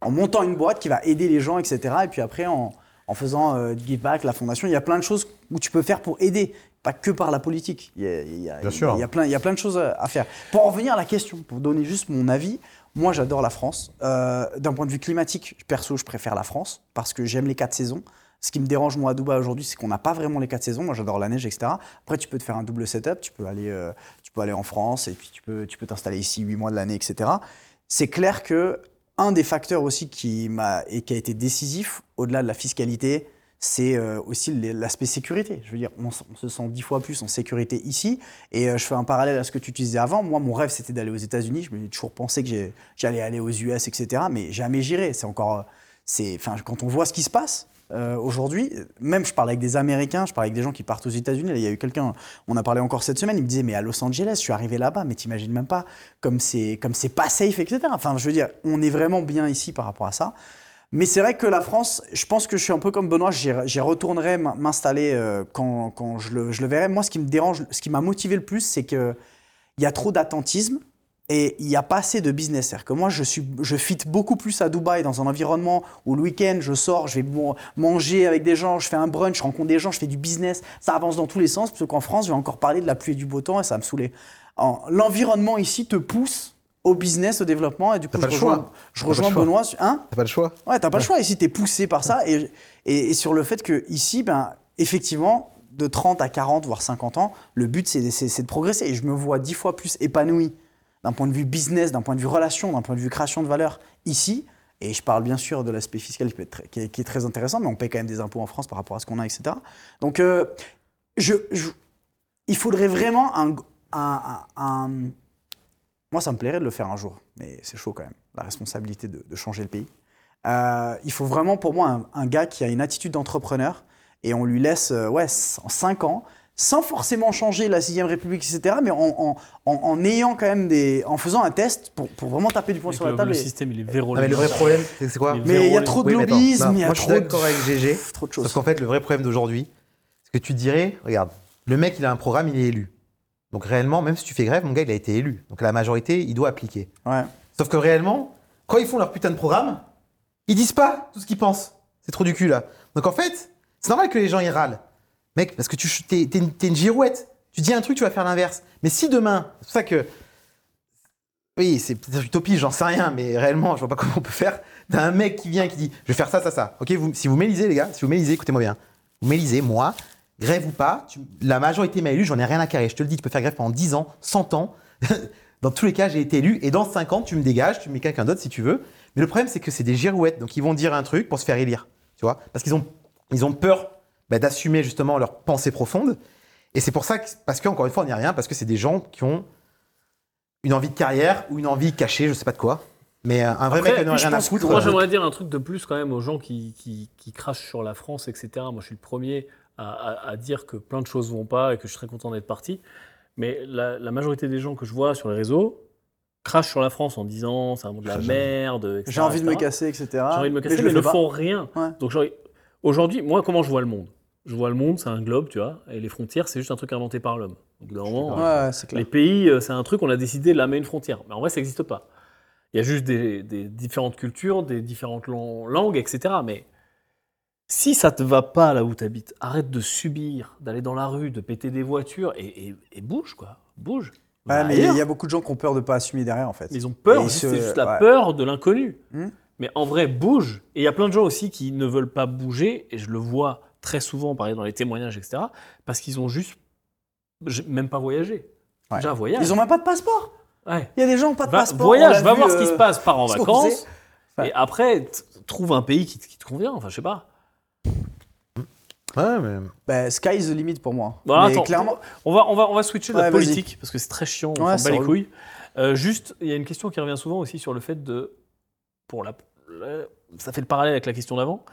en montant une boîte qui va aider les gens, etc. Et puis après, en, en faisant euh, du give back, la fondation, il y a plein de choses où tu peux faire pour aider, pas que par la politique. Il y a, il y a-
Bien
il y a-
sûr.
il y a plein, il y a plein de choses à à faire. Pour en revenir à la question, pour donner juste mon avis, moi j'adore la France. Euh, D'un point de vue climatique, perso, je préfère la France parce que j'aime les quatre saisons. Ce qui me dérange, moi, à Dubaï aujourd'hui, c'est qu'on n'a pas vraiment les quatre saisons. Moi, j'adore la neige, etc. Après, tu peux te faire un double setup. Tu peux aller, euh, tu peux aller en France et puis tu peux tu peux t'installer ici huit mois de l'année, etc. C'est clair que un des facteurs aussi qui m'a et qui a été décisif, au-delà de la fiscalité, c'est euh, aussi l- l'aspect sécurité. Je veux dire, on, s- on se sent dix fois plus en sécurité ici. Et euh, je fais un parallèle à ce que tu disais avant. Moi, mon rêve, c'était d'aller aux États-Unis. Je me suis toujours pensé que j'ai- j'allais aller aux US, etc. Mais jamais j'irai. C'est encore. euh, c'est- Enfin, quand on voit ce qui se passe. euh, Aujourd'hui, euh, même je parle avec des Américains, je parle avec des gens qui partent aux États-Unis. Là, Il y a eu quelqu'un, on a parlé encore cette semaine, il me disait Mais à Los Angeles, je suis arrivé là-bas, mais t'imagines même pas comme c'est comme c'est pas safe, etc. Enfin, je veux dire, on est vraiment bien ici par rapport à ça. Mais c'est vrai que la France, je pense que je suis un peu comme Benoît, j'y j'y retournerai m- m'installer euh, quand, quand je, le, je le verrai. Moi, ce qui me dérange, ce qui m'a motivé le plus, c'est qu'il y a trop d'attentisme et il n'y a pas assez de business. C'est-à-dire que moi, je, suis, je fit beaucoup plus à Dubaï dans un environnement où le week-end, je sors, je vais bon- manger avec des gens, je fais un brunch, je rencontre des gens, je fais du business. Ça avance dans tous les sens, parce qu'en France, je vais encore parler de la pluie et du beau temps et ça va me saouler. En- L'environnement ici te pousse au business, au développement, et du coup,
pas
je
le choix.
rejoins, je
pas le
rejoins
choix.
Benoît. sur- Hein
T'as pas le choix.
Ouais, t'as pas le choix. Ici, t'es poussé par ça. Et, et, et sur le fait que ici, ben, effectivement, de 30 à 40, voire 50 ans, le but, c'est c'est- c'est de progresser. Et je me vois dix fois plus épanoui d'un point de vue business, d'un point de vue relation, d'un point de vue création de valeur ici. Et je parle bien sûr de l'aspect fiscal qui, peut être très- qui est, qui est très intéressant, mais on paye quand même des impôts en France par rapport à ce qu'on a, etc. Donc, euh, je, je- il faudrait vraiment un, un- un- un- Moi, ça me plairait de le faire un jour, mais c'est chaud quand même, la responsabilité de- de changer le pays. Euh, il faut vraiment pour moi un, un gars qui a une attitude d'entrepreneur et on lui laisse euh, ouais, c- en 5 ans, sans forcément changer la 6ème République, etc., mais en, en- en- en ayant quand même des. en faisant un test pour, pour vraiment taper du poing
Et
sur
que
la table.
Le
et-
système, il est
Non, mais
vérolé.
le vrai problème, c'est c'est quoi
Mais
Mais il y a
Zéro
trop de
Oui, mais attends,
lobbyisme,
non,
il y a
moi, je suis
trop de,
d'accord avec GG.
<laughs> trop de
Parce
choses.
qu'en fait, le vrai problème d'aujourd'hui, c'est que tu te dirais, regarde, le mec, il a un programme, il est élu. Donc réellement, même si tu fais grève, mon gars, il a été élu. Donc la majorité, il doit appliquer.
Ouais.
Sauf que réellement, quand ils font leur putain de programme, ils disent pas tout ce qu'ils pensent. C'est trop du cul, là. Donc en fait, c'est normal que les gens, ils râlent. Mec, parce que tu t'es, t'es une, t'es une girouette. Tu dis un truc, tu vas faire l'inverse. Mais si demain, c'est pour ça que. Oui, c'est peut-être utopie, j'en sais rien, mais réellement, je vois pas comment on peut faire. T'as un mec qui vient qui dit Je vais faire ça, ça, ça. Ok, vous, si vous m'élisez, les gars, si vous m'élisez, écoutez-moi bien. Vous m'élisez, moi, grève ou pas, tu- la majorité m'a élu, j'en ai rien à carrer. Je te le dis, tu peux faire grève pendant 10 ans, 100 ans. dans tous les cas, j'ai été élu. Et dans 5 ans, tu me dégages, tu mets quelqu'un d'autre si tu veux. Mais le problème, c'est que c'est des girouettes. Donc, ils vont dire un truc pour se faire élire. Tu vois Parce qu'ils ont Ils ont peur bah, d'assumer justement leurs pensées profondes. Et c'est pour ça, que, parce qu'encore une fois, on n'y a rien, parce que c'est des gens qui ont une envie de carrière ou une envie cachée, je sais pas de quoi. Mais euh, un vrai
Après,
mec qui n'en a
je
rien à
pense que
foutre.
Moi,
euh,
j'aimerais dire un truc de plus quand même aux gens qui, qui, qui crachent sur la France, etc. Moi, je suis le premier à, à- à dire que plein de choses vont pas et que je serais content d'être parti. Mais la, la majorité des gens que je vois sur les réseaux crachent sur la France en disant c'est un monde de la
Crachent
merde, etc.
J'ai
hein.
envie de me
etc..
casser, etc.
J'ai envie de me casser,
je
mais,
le
ne
fais pas.
font rien.
Ouais.
Donc, genre, aujourd'hui, moi, comment je vois le monde Je vois le monde, c'est un globe, tu vois, et les frontières, c'est juste un truc inventé par l'homme. Donc, normalement,
Ouais, ouais, c'est clair.
les pays, euh, c'est un truc, on a décidé de la mettre une frontière. Mais en vrai, ça n'existe pas. Il y a juste des, des différentes cultures, des différentes lan- langues, etc. Mais si ça te va pas là où tu habites, arrête de subir, d'aller dans la rue, de péter des voitures et, et- et bouge, quoi. Bouge.
Ouais,
Va
mais il
ailleurs.
y a beaucoup de gens qui ont peur de pas assumer derrière, en fait.
Ils ont peur,
Et
juste-
ce-
c'est juste la
ouais.
peur de l'inconnu.
Hmm.
Mais en vrai, bouge. Et il y a plein de gens aussi qui ne veulent pas bouger, et je le vois très souvent, pareil, dans les témoignages, etc., parce qu'ils ont juste j'ai même pas voyagé.
Ouais.
Déjà, voyage.
Ils ont même pas de passeport.
Ouais.
Il y a des gens qui ont pas de
Va-
passeport.
voyage, va
on l'a vu,
voir ce qui se
euh,
passe, pars en
ce qu'on
vacances.
faisait.
Et après, t- trouve un pays qui, te- qui te convient. Enfin, je sais pas.
Ouais, mais-
Bah, sky is the limit pour moi.
Bon,
mais
Bah, attends,
clairement,
On va, on va, on va switcher de la
Ouais, vas-y.
politique parce que c'est très chiant.
Ouais,
on s'en
c'est
bat les
relou.
couilles. Euh, juste, il y a une question qui revient souvent aussi sur le fait de, pour la, la- ça fait le parallèle avec la question d'avant.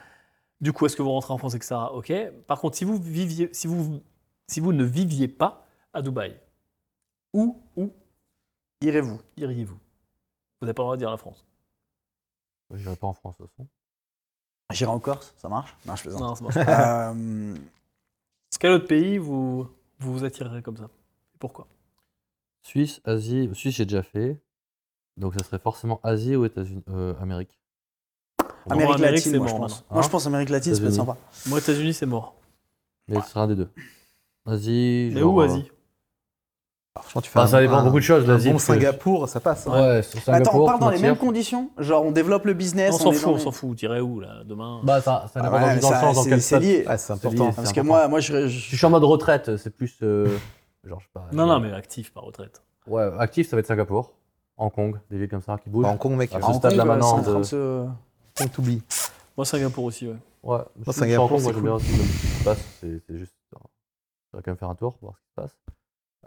Du coup, est-ce que vous rentrez en France, etc. Ok. Par contre, si vous viviez, si vous, si vous ne viviez pas à Dubaï, où, où
irez-vous.
iriez-vous Vous n'avez pas le droit de dire la France.
J'irai pas en France, de toute façon.
J'irai en Corse, ça marche Non, je plaisante.
Non, c'est bon.
Euh,
Quel autre pays vous vous, vous attirerez comme ça Pourquoi
Suisse, Asie. Suisse, j'ai déjà fait. Donc, ça serait forcément Asie ou États-Unis, euh, Amérique. Bon,
Amérique
Amérique,
latine,
c'est
moi, je
mort,
pense.
maintenant.
Moi,
Hein
je pense Amérique latine, ça peut être
États-Unis.
sympa.
Moi, États-Unis, c'est mort.
Mais ce serait un des deux. Asie.
Mais
genre,
où
euh,
Asie
franchement, tu fais
Enfin, ça
un-
dépend
un-
beaucoup de choses,
Un
l'Asie.
bon
parce que-
Singapour, ça passe. hein.
Ouais, sur
Mais Attends, on
Singapour,
parle dans les
frontière.
mêmes conditions Genre, on développe le business
On s'en
est
fout,
dans
on
les-
s'en fout. Vous direz où, là, demain
Bah, ça, ça
Ah
dépend
ouais, mais
dans, dans le
ça,
sens dans
c'est-
quel
C'est
stade.
lié.
Ouais, c'est
C'est
important.
lié.
Parce
c'est
que
important.
moi, moi, je.
Je
je-
suis en mode retraite, c'est plus. euh, genre, je sais pas.
Non, non, mais actif, pas retraite.
Ouais, actif, ça va être Singapour, Hong Kong, des villes comme ça qui bougent.
Bah, Hong Kong, mec,
Ah,
Hong
ce
Hong
stade-là,
Kong,
maintenant,
c'est en train
de-
de se-
Kong, t'oublies.
Moi, Singapour aussi, ouais.
Ouais, je suis-
Singapour,
Hong Kong,
c'est
moi j'aime bien aussi ce qui se passe, c'est c'est juste. euh, Je vais quand même faire un tour, voir ce qui se passe.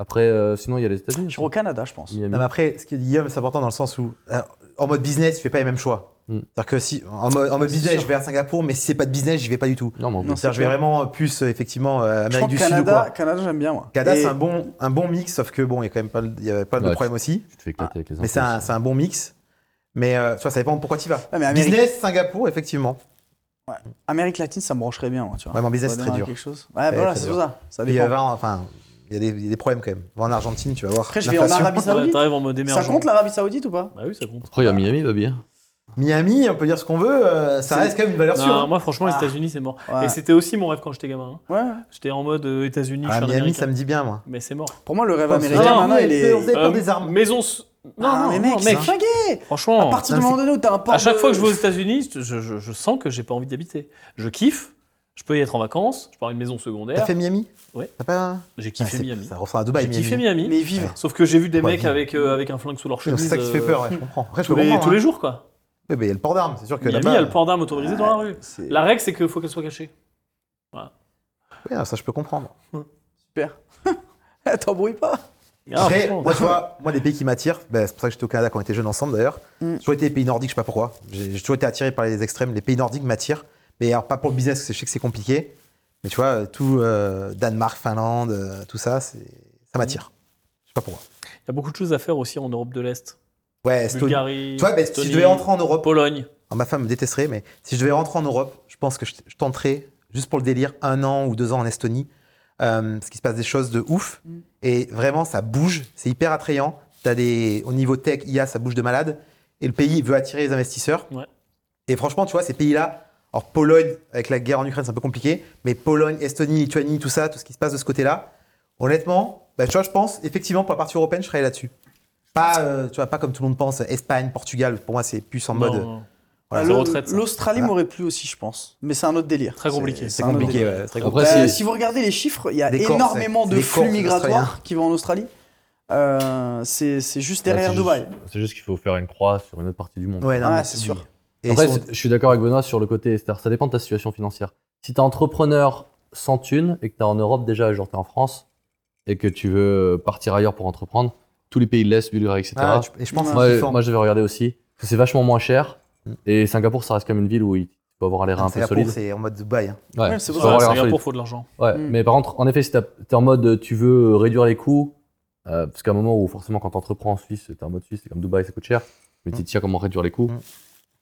Après, euh, sinon, il y a les États-Unis.
Je suis au Canada, je pense.
Miami.
Non, mais après, ce que dit Guillaume, c'est important dans le sens où, euh, en mode business, tu fais pas les mêmes choix.
Mm.
C'est-à-dire que si, en mode, en mode
C'est
business,
sûr.
je vais à Singapour, mais si c'est pas de business, j'y vais pas du tout.
Non, mais en
Non,
plus,
C'est-à-dire, je vais
clair.
vraiment euh, plus, euh, effectivement, euh,
Je
Amérique
crois que
du Sud ou
Canada,
quoi.
Canada j'aime bien, moi.
Canada,
Et-
c'est un bon, un bon mix, sauf que bon, il y a quand même pas, il y avait pas de
Ouais,
problèmes aussi.
tu te fais éclater avec les
Ah, Mais c'est un,
impôts.
c'est un bon mix. Mais euh, tu vois, ça dépend pourquoi tu y vas.
Ouais, mais Amérique... Ah,
Business, Singapour, effectivement.
Amérique latine, ça me brancherait bien, moi, tu vois.
Ouais, mais en business, c'est
Ça
très
donnerait
dur.
quelque chose. Ouais, bah voilà,
très
c'est
dur.
ça. Ça
Puis, euh,
dépend.
va en- enfin, il y, a des- il y a des problèmes quand même. Va en Argentine, tu vas voir.
Après, je vais en
l'inflation.
Arabie
Ouais,
Saoudite.
T'arrives en mode
Ça
émergent.
compte l'Arabie Saoudite ou pas
Bah oui, ça compte.
Après, il y a Miami, hein. baby.
Miami, on peut dire ce qu'on veut, euh, ça
C'est-
reste quand même une valeur
Non,
sûre. hein.
moi, franchement, les
Ah.
États-Unis, c'est mort.
Ouais.
Et c'était aussi mon rêve quand j'étais gamin. hein.
Ouais.
J'étais en mode euh, États-Unis, je
Ah,
suis un
Miami,
Américain.
ça me dit bien, moi.
Mais c'est mort.
Pour moi, le rêve
Parce-
américain,
Ah,
maintenant, il est.
Vous avez pas des armes.
Maison. s- Non,
Ah,
non,
mais
non,
mec, c'est
mec.
flingué À
Franchement,
partir du
Non,
moment donné où t'as un port.
à chaque
de-
fois que je vais aux États-Unis, je, je- je sens que j'ai pas envie d'habiter. Je kiffe. Je peux y être en vacances. Je pars à une maison
T'as
secondaire.
fait Miami
Ouais.
T'as pas.
J'ai
Ah,
kiffé
c'est-
Miami.
Ça ressemble à Dubaï.
J'ai kiffé Miami.
Mais vivre.
Sauf que j'ai vu des
Ouais,
mecs
bien.
avec, euh, avec un flingue sous leur
Donc,
chemise.
C'est ça qui fait
euh,
peur, ouais, je comprends. Après, je
Tous
peux
les,
comprendre.
tous les
hein.
jours, quoi.
Ouais, mais il y a le port d'armes, c'est sûr que
Miami,
là-bas. Euh,
il y a le port d'armes autorisé dans la rue.
C'est
La règle, <laughs> c'est qu'il faut qu'elle soit cachée.
euh, Ouais, ça, je peux comprendre.
super. <laughs> T'embrouilles pas
Ah,
Après,
franchement.
moi, tu vois, moi, les pays qui m'attirent, ben, c'est pour ça que j'étais au Canada quand on était jeunes ensemble d'ailleurs.
Mm.
J'ai toujours été les pays nordiques, je sais pas pourquoi. J'ai j'ai toujours été attiré par les extrêmes. Les pays nordiques m'attirent. Mais alors, pas pour le business, parce que je sais que c'est compliqué. Mais tu vois, euh, tout euh, Danemark, Finlande, euh, tout ça, c'est- ça m'attire. Je sais pas pourquoi.
Il y a beaucoup de choses à faire aussi en Europe de l'Est.
Ouais, Estonie.
Bulgarie,
Tu vois, ben, si
Estonie,
je devais rentrer en Europe,
Pologne.
alors, Ah, ma femme me détesterait, mais si je devais rentrer en Europe, je pense que je, je tenterais, juste pour le délire, un an ou deux ans en Estonie, euh, parce qu'il se passe des choses de ouf.
Mm.
Et vraiment, ça bouge, c'est hyper attrayant. T'as des, au niveau tech, IA, ça bouge de malade. Et le pays veut attirer les investisseurs.
Ouais.
Et franchement, tu vois, ces pays-là, alors Pologne, avec la guerre en Ukraine, c'est un peu compliqué, mais Pologne, Estonie, Lituanie, tout ça, tout ce qui se passe de ce côté-là, honnêtement, bah, tu vois, je pense, effectivement, pour la partie européenne, je serais là-dessus. Pas, euh, tu vois, pas comme tout le monde pense, Espagne, Portugal, pour moi, c'est plus en
Non,
mode.
non, non.
Voilà,
Ah,
c'est
le-
retraite, ça.
L'Australie
Voilà.
m'aurait plu aussi, je pense. Mais c'est un autre délire.
Très compliqué.
C'est
un autre
compliqué,
délire.
ouais, c'est très
Après,
Bah,
c'est-
si vous regardez les chiffres, il y a
Des Corses,
énormément
c'est
de
des
flux
Corses australiens.
migratoires qui vont en Australie. Euh, c'est c'est juste
Ouais,
derrière
c'est
Dubaï.
juste- C'est juste qu'il faut faire une croix sur une autre partie du monde.
Ouais, non,
Ouais,
mais
c'est sûr.
Et
Ah, Après,
ils sont-
c'est- je suis d'accord avec Benoît sur le côté. c'est-à-dire, Ça dépend de ta situation financière. si t'es entrepreneur sans thune et que t'es en Europe déjà, genre t'es en France et que tu veux euh, partir ailleurs pour entreprendre, tous les pays de l'Est, Bulgarie, etc.
Ah, tu- et je pense que c'est
moi,
kiffant.
moi, j'avais regardé aussi. parce que C'est vachement moins cher. Et Singapour, ça reste comme une ville où il faut avoir l'air un peu
Mm. Singapour,
solide.
c'est en mode Dubaï. hein.
Ouais,
Ouais, c'est
faut
vrai,
avoir
ça
l'air
vient
solide.
pour faut de l'argent.
Ouais,
Mm.
mais par contre, en effet, si t'as- t'es en mode euh, tu veux réduire les coûts, euh, parce qu'à un moment où forcément quand t'entreprends en Suisse, t'es en mode Suisse, c'est comme Dubaï, ça coûte cher, mais tu tiens comment réduire les coûts.
Mm.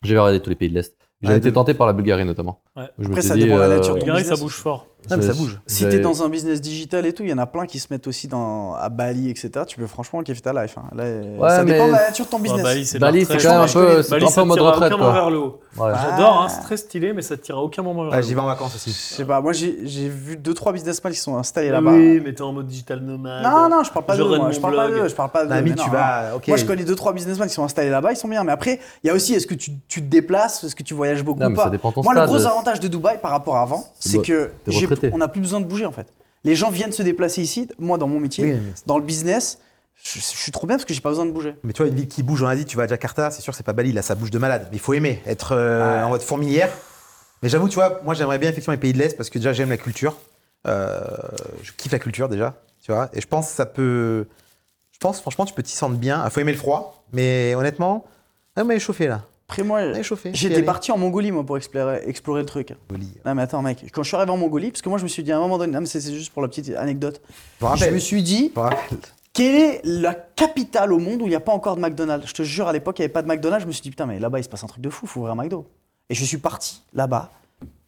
J'avais regardé tous les pays de l'est. J'avais
Ouais,
été
de-
tenté par la Bulgarie notamment.
Ouais.
Je me
Après,
suis euh,
ça dépend de la nature de
Le
Ton
Bulgarie, ça
business-
bouge fort.
Non, mais ça
je-
bouge.
Si
j'avais-
t'es dans un business digital et tout, il y en a plein qui se mettent aussi dans, à Bali, etc. Tu peux franchement kiffer ta life. hein. Là, euh,
Ouais,
ça dépend
mais-
de la nature de ton
Bah,
business.
Bali, c'est de la
Bali, c'est
retraite.
quand même un
Franchement, je
peu,
connais-
c'est
Bali,
un peu
ça
en mode
tire hein. à
retraite
aucun moment
quoi.
vers le haut.
Ouais.
Ah.
J'adore, hein, c'est très stylé, mais ça tire à aucun moment vers
Ouais,
le
Ah, J'y
haut.
vais en vacances aussi.
Je sais pas, moi j'ai j'ai vu deux trois businessmen qui sont installés là-bas.
Oui, mais t'es en mode digital nomade.
Non, non, je parle pas
Ah, Je
d'eux,
run
moi,
mon
je parle pas
blog.
d'eux, je parle pas d'eux.
Ami,
mais
Bah,
non,
tu
non.
vas. Ok.
Moi, je connais deux, trois businessmen qui sont installés là-bas, ils sont bien. Mais après, il y a aussi, est-ce que tu, tu te déplaces, est-ce que tu voyages beaucoup
Non,
ou
mais ça
pas
dépend de ton
Moi, le
stade. euh,
gros avantage de Dubaï par rapport à avant,
C'est
c'est
bon,
que
t'es
j'ai-
retraité.
on n'a plus besoin de bouger en fait. Les gens viennent se déplacer ici. Moi, dans mon métier,
Oui, mais-
dans le business, je, je suis trop bien parce que j'ai pas besoin de bouger.
Mais tu vois, une ville qui bouge en Asie, tu vas à Jakarta, c'est sûr que c'est pas Bali, là ça bouge de malade. Mais il faut aimer, être euh, en mode fourmilière. Mais j'avoue, tu vois, moi j'aimerais bien effectivement les pays de l'Est parce que déjà j'aime la culture. Euh, je kiffe la culture déjà, tu vois. Et je pense que ça peut. Je pense franchement, tu peux t'y sentir bien. Il faut aimer le froid, mais honnêtement, ah, on est chauffé là.
Après, moi,
On est chauffé.
j'étais parti en Mongolie moi pour explorer, explorer le truc.
Je
Non, mais attends, mec, quand je suis arrivé en Mongolie, parce que moi, je me suis dit à un moment donné, non, mais c'est c'est juste pour la petite anecdote,
me rappelle.
je me suis dit,
je me rappelle.
Quelle est la capitale au monde où il n'y a pas encore de McDonald's Je te jure, à l'époque, il n'y avait pas de McDonald's. Je me suis dit, putain, mais là-bas, il se passe un truc de fou, faut ouvrir un McDo. Et je suis parti là-bas,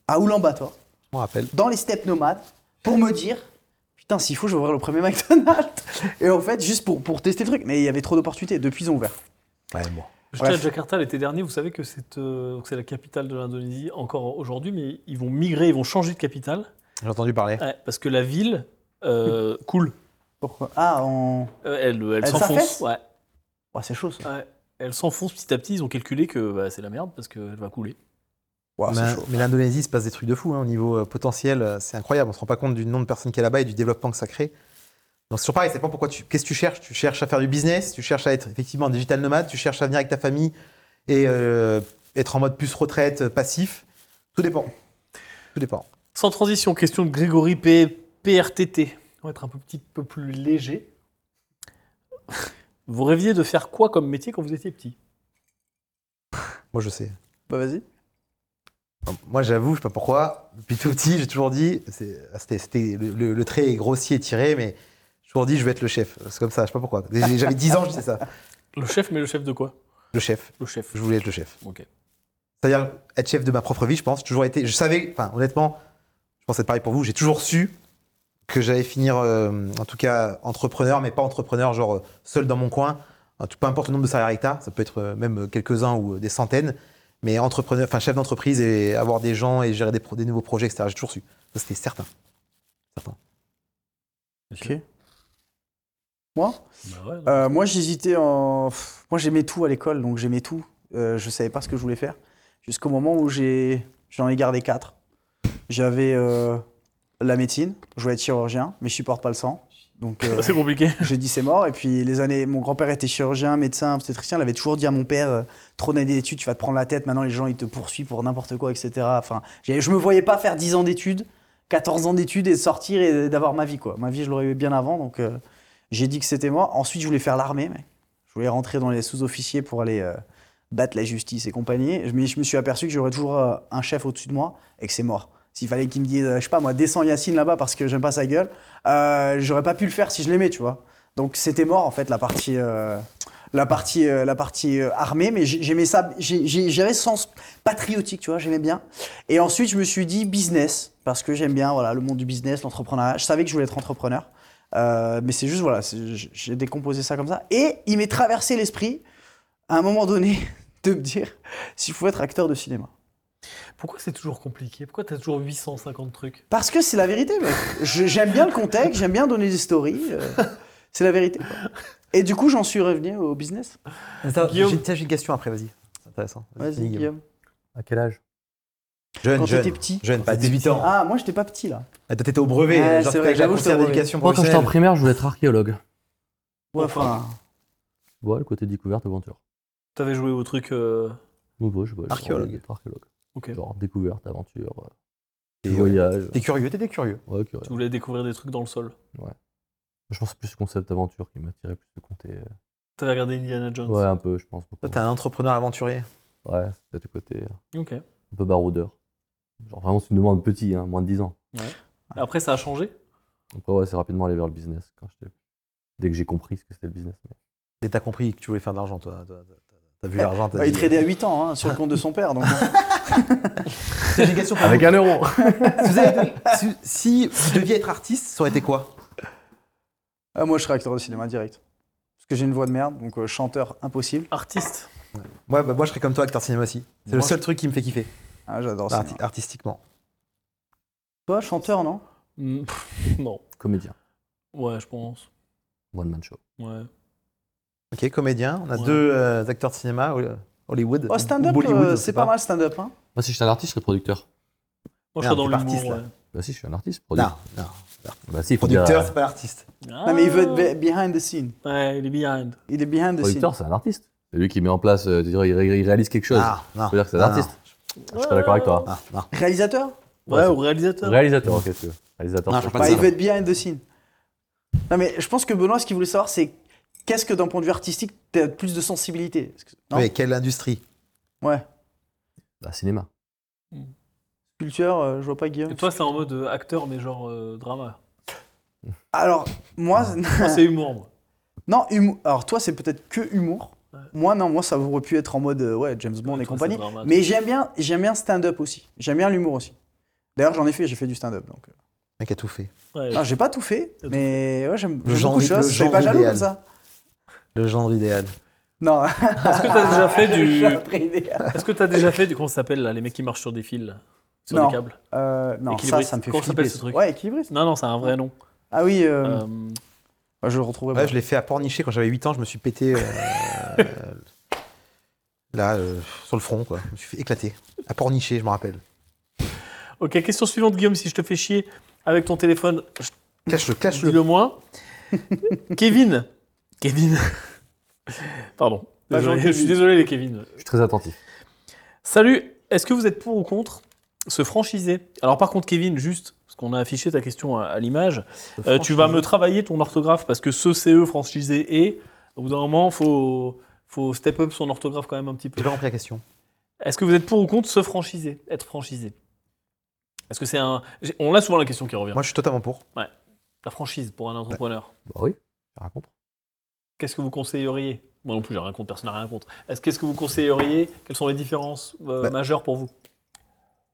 à Ulaanbaatar,
Je me rappelle.
dans les steppes nomades, pour me dire, putain, s'il faut, je vais ouvrir le premier McDonald's. Et en fait, juste pour, pour tester le truc. Mais il y avait trop d'opportunités. Depuis, ils ont ouvert.
Ouais, bon.
J'étais
Bref.
à Jakarta l'été dernier, vous savez que c'est euh, donc c'est la capitale de l'Indonésie encore aujourd'hui, mais ils vont migrer, ils vont changer de capitale
J'ai entendu parler.
ouais, parce que la ville euh, coule.
Pourquoi Ah, on...
Euh, elle elle
Elle
s'enfonce.
s'affaisse
Ouais,
Oh, c'est chaud, ça.
ouais. Elle s'enfonce petit à petit, ils ont calculé que bah, c'est la merde parce qu'elle va couler.
Ouah, c'est
mais
chaud.
mais l'Indonésie, il se passe des trucs de fou hein, au niveau euh, potentiel. euh, C'est incroyable. On se rend pas compte du nombre de personnes qui est là-bas et du développement que ça crée. Donc c'est toujours pareil. C'est pas pourquoi tu. Qu'est-ce que tu cherches Tu cherches à faire du business. Tu cherches à être effectivement un digital nomade. Tu cherches à venir avec ta famille et euh, être en mode plus retraite, euh, passif. Tout dépend. Tout dépend.
Sans transition, question de Grégory P- PRTT. On va être un peu- petit peu plus léger. <laughs> Vous rêviez de faire quoi comme métier quand vous étiez petit
Moi, je sais.
Bah, vas-y.
Moi, j'avoue, je sais pas pourquoi. Depuis tout petit, j'ai toujours dit. c'est- ah, C'était c'était- le, le- le trait est grossier et tiré, mais j'ai toujours dit je vais être le chef. C'est comme ça. Je sais pas pourquoi. J'avais 10 ans, je disais ça.
Le chef, mais le chef de quoi
Le chef.
Le chef.
Je voulais être le chef.
Ok.
C'est-à-dire être chef de ma propre vie, je pense. J'ai Toujours été. Je savais, enfin, honnêtement, je pense être pareil pour vous. J'ai toujours su que j'allais finir, euh, en tout cas, entrepreneur, mais pas entrepreneur, genre euh, seul dans mon coin. En tout- Peu importe le nombre de salariés que t'as, ça peut être euh, même euh, quelques-uns ou euh, des centaines, mais entrepreneur, enfin chef d'entreprise et avoir des gens et gérer des, pro- des nouveaux projets, etc. J'ai toujours su. Ça, c'était certain. Certain.
Ok. Moi
Bah ouais, non.
Euh, moi, j'hésitais en. pff, Moi, j'aimais tout à l'école, donc j'aimais tout. Euh, je savais pas ce que je voulais faire. Jusqu'au moment où j'ai... j'en ai gardé quatre. J'avais euh, la médecine, je voulais être chirurgien, mais je supporte pas le sang.
<laughs>
Donc, euh,
C'est compliqué.
<laughs> j'ai dit c'est mort. Et puis, les années. Mon grand-père était chirurgien, médecin, obstétricien. Il avait toujours dit à mon père euh, trop d'années d'études, tu vas te prendre la tête. Maintenant, les gens, ils te poursuivent pour n'importe quoi, etc. Enfin, j'ai- je me voyais pas faire 10 ans d'études, 14 ans d'études et sortir et d'avoir ma vie, quoi. Ma vie, je l'aurais eu bien avant. Donc. euh, j'ai dit que c'était moi. Ensuite, je voulais faire l'armée, mec. Je voulais rentrer dans les sous-officiers pour aller euh, battre la justice et compagnie. Je, me- je me suis aperçu que j'aurais toujours euh, un chef au-dessus de moi et que c'est mort. S'il fallait qu'il me dise, euh, je sais pas moi, descends Yacine là-bas parce que j'aime pas sa gueule, euh, j'aurais pas pu le faire si je l'aimais, tu vois. Donc c'était mort en fait la partie, euh, la partie, euh, la partie euh, armée, mais j'ai- j'aimais ça, j'ai- j'ai- j'avais ce sens patriotique, tu vois, j'aimais bien. Et ensuite je me suis dit business parce que j'aime bien voilà le monde du business, l'entrepreneuriat. Je savais que je voulais être entrepreneur. Euh, mais c'est juste, voilà, c'est- j- j'ai décomposé ça comme ça. Et il m'est traversé l'esprit, à un moment donné, <laughs> de me dire s'il faut être acteur de cinéma.
Pourquoi c'est toujours compliqué Pourquoi t'as toujours 850 trucs
Parce que c'est la vérité, mec. Je- J'aime bien le contexte, j'aime bien donner des stories. euh, c'est la vérité. quoi. Et du coup, j'en suis revenu au business.
Guillaume.
J'ai tiens, j'ai une question après, vas-y. C'est intéressant.
Vas-y,
Fini,
Guillaume.
À quel âge
Jeune,
Quand t'étais
jeune.
petit.
Jeune, pas
Quand t'étais
18 ans.
Ah, moi, j'étais pas petit, là.
Ah, T'étais au brevet,
Ouais,
genre
c'est
t'étais
vrai,
avec la
j'avoue, j'étais
conseillère
au brevet.
d'éducation
Moi, quand j'étais en
professionnelle.
primaire, je voulais être archéologue.
Ouais, enfin,
Ouais, le côté découverte, aventure.
T'avais joué au truc. euh,
Donc, ouais, je- ouais, je-
Archéologue.
archéologue.
Ok.
Genre découverte, aventure. euh. Tu voyages.
T'es curieux, t'étais curieux.
Ouais, ok, ouais.
Tu voulais découvrir des trucs dans le sol.
Je pense que c'est plus le concept aventure qui m'attirait plus que compter. euh,
Tu avais regardé Indiana Jones.
Ouais, un peu, je pense. beaucoup.
Toi, t'es un entrepreneur aventurier.
Ouais, c'est peut-être le côté euh,
Ok.
un peu baroudeur. Genre vraiment, tu me demandes petit, hein, moins de 10 ans.
Après, ça a changé.
Après, ouais, c'est rapidement aller vers le business quand j'étais- Dès que j'ai compris ce que c'était le business. mais-
Et t'as compris que tu voulais faire de l'argent, toi. Toi, t'as- T'as vu l'argent, t'as
Bah, il
dit-
tradait à 8 ans hein, sur le compte de son père. Donc, hein. <laughs>
J'ai une question pour vous.
Avec un euro
Si, vous <laughs> avez- si- si vous deviez être artiste, ça aurait été quoi
Ah, moi, je serais acteur de cinéma direct. Parce que j'ai une voix de merde, donc euh, chanteur impossible.
Artiste.
Ouais, bah, Moi, je serais comme toi, acteur cinéma aussi. C'est le
Moi,
seul truc qui me fait kiffer,
Ah, j'adore ça.
Bah, arti- artistiquement.
Toi, chanteur, non
Mm, pff, non.
Comédien.
Ouais, je pense.
One man show.
Ouais.
Ok, comédien. On a
Ouais.
deux euh, acteurs de cinéma, Hol- Hollywood.
Oh, stand-up,
Bollywood,
euh,
je sais
c'est pas mal, stand-up. Hein.
Moi, Ah, si j'étais un artiste, je serais producteur.
Ah,
Moi, je
Merde,
suis dans
t'es pas artiste,
l'humour.
là.
ouais.
Bah si, je suis un artiste.
Non,
Producteur.
non.
Bah si, il faut dire,
Ah, Producteur,
euh,
c'est pas l'artiste.
Non, mais il veut
Ah.
être be- behind the scene.
Ouais, il est behind.
Il est behind the scene.
producteur, c'est un artiste. C'est lui qui met en place, euh, tu dirais, il ré- il réalise quelque chose.
Ah, non.
Ça veut dire que c'est un
Non,
artiste. Je suis pas d'accord avec toi.
Non, Ah, non.
Réalisateur
Ouais,
Ouais,
ou réalisateur.
Réalisateur, ok, tu veux. Réalisateur.
Ah. Non,
c'est
je
pas
parle
Bah,
ça.
Il veut être behind the scene. Non, mais je pense que Benoît, ce qu'il voulait savoir, c'est qu'est-ce que d'un point de vue artistique, t'as plus de sensibilité Est-ce que- Non
Oui, quelle industrie
Ouais.
Bah, cinéma.
Culture, euh, je vois pas Guillaume.
Et toi, c'est en mode euh, acteur, mais genre euh,
<laughs>
drama.
Alors, moi,
Moi, c'est humour, moi.
non, humour. Alors, toi, c'est peut-être que humour.
Ouais.
Moi, non, moi, ça aurait pu être en mode euh, ouais, James Bond
Toi,
et
c'est
compagnie.
drama,
Mais j'aime bien, j'aime bien le stand-up aussi. J'aime bien l'humour aussi. D'ailleurs, j'en ai fait, j'ai fait du stand-up. Donc, euh.
Le Mec a tout fait.
toi. Ouais.
non, j'ai pas tout fait,
tout
mais ouais, j'aime
Le
j'aime
genre-
beaucoup de
le
choses. Je suis
genre
pas jaloux
idéal.
comme ça.
Le genre idéal.
Non. <laughs>
Est-ce que t'as déjà fait du.
J'ai appris idéal.
Est-ce que t'as déjà fait du. Comment ça s'appelle, là, les mecs qui marchent sur des fils, là, sur
Non.
des câbles
Euh, non, ça,
Équilibriste.
ça me fait
Comment s'appelle
flipper.
ce truc
Ouais, équilibriste.
Non, non, c'est un vrai nom.
Ah oui, euh,
Euh,
bah, je le retrouverai
Ouais,
pas.
je l'ai fait à Pornichet quand j'avais 8 ans, je me suis pété euh,
<laughs>
euh, là, euh, sur le front, quoi. Je me suis fait éclater. À Pornichet, je me rappelle.
Ok, question suivante, Guillaume. Si je te fais chier avec ton téléphone,
Cache-le,
Ah,
cache-le.
dis-le moi. Kevin. Kevin. Pardon.
Pas
Désolé, je
Jean-Kevin.
suis désolé, les Kevin.
Je suis très attentif.
Salut, est-ce que vous êtes pour ou contre se franchiser Alors par contre Kevin, juste, parce qu'on a affiché ta question à, à l'image, euh, tu vas me travailler ton orthographe parce que ce CE franchisé et, au bout d'un moment, faut, faut step up son orthographe quand même un petit peu.
J'ai pas compris la question.
Est-ce que vous êtes pour ou contre se franchiser Être franchisé Est-ce que c'est un... j'ai- On a souvent la question qui revient.
Moi, je suis totalement pour.
La franchise pour un entrepreneur,
Bah oui, je raconte.
qu'est-ce que vous conseilleriez Moi non plus, j'ai rien contre, personne n'a rien contre. Est-ce qu'est-ce que vous conseilleriez Quelles sont les différences euh,
Bah.
majeures pour vous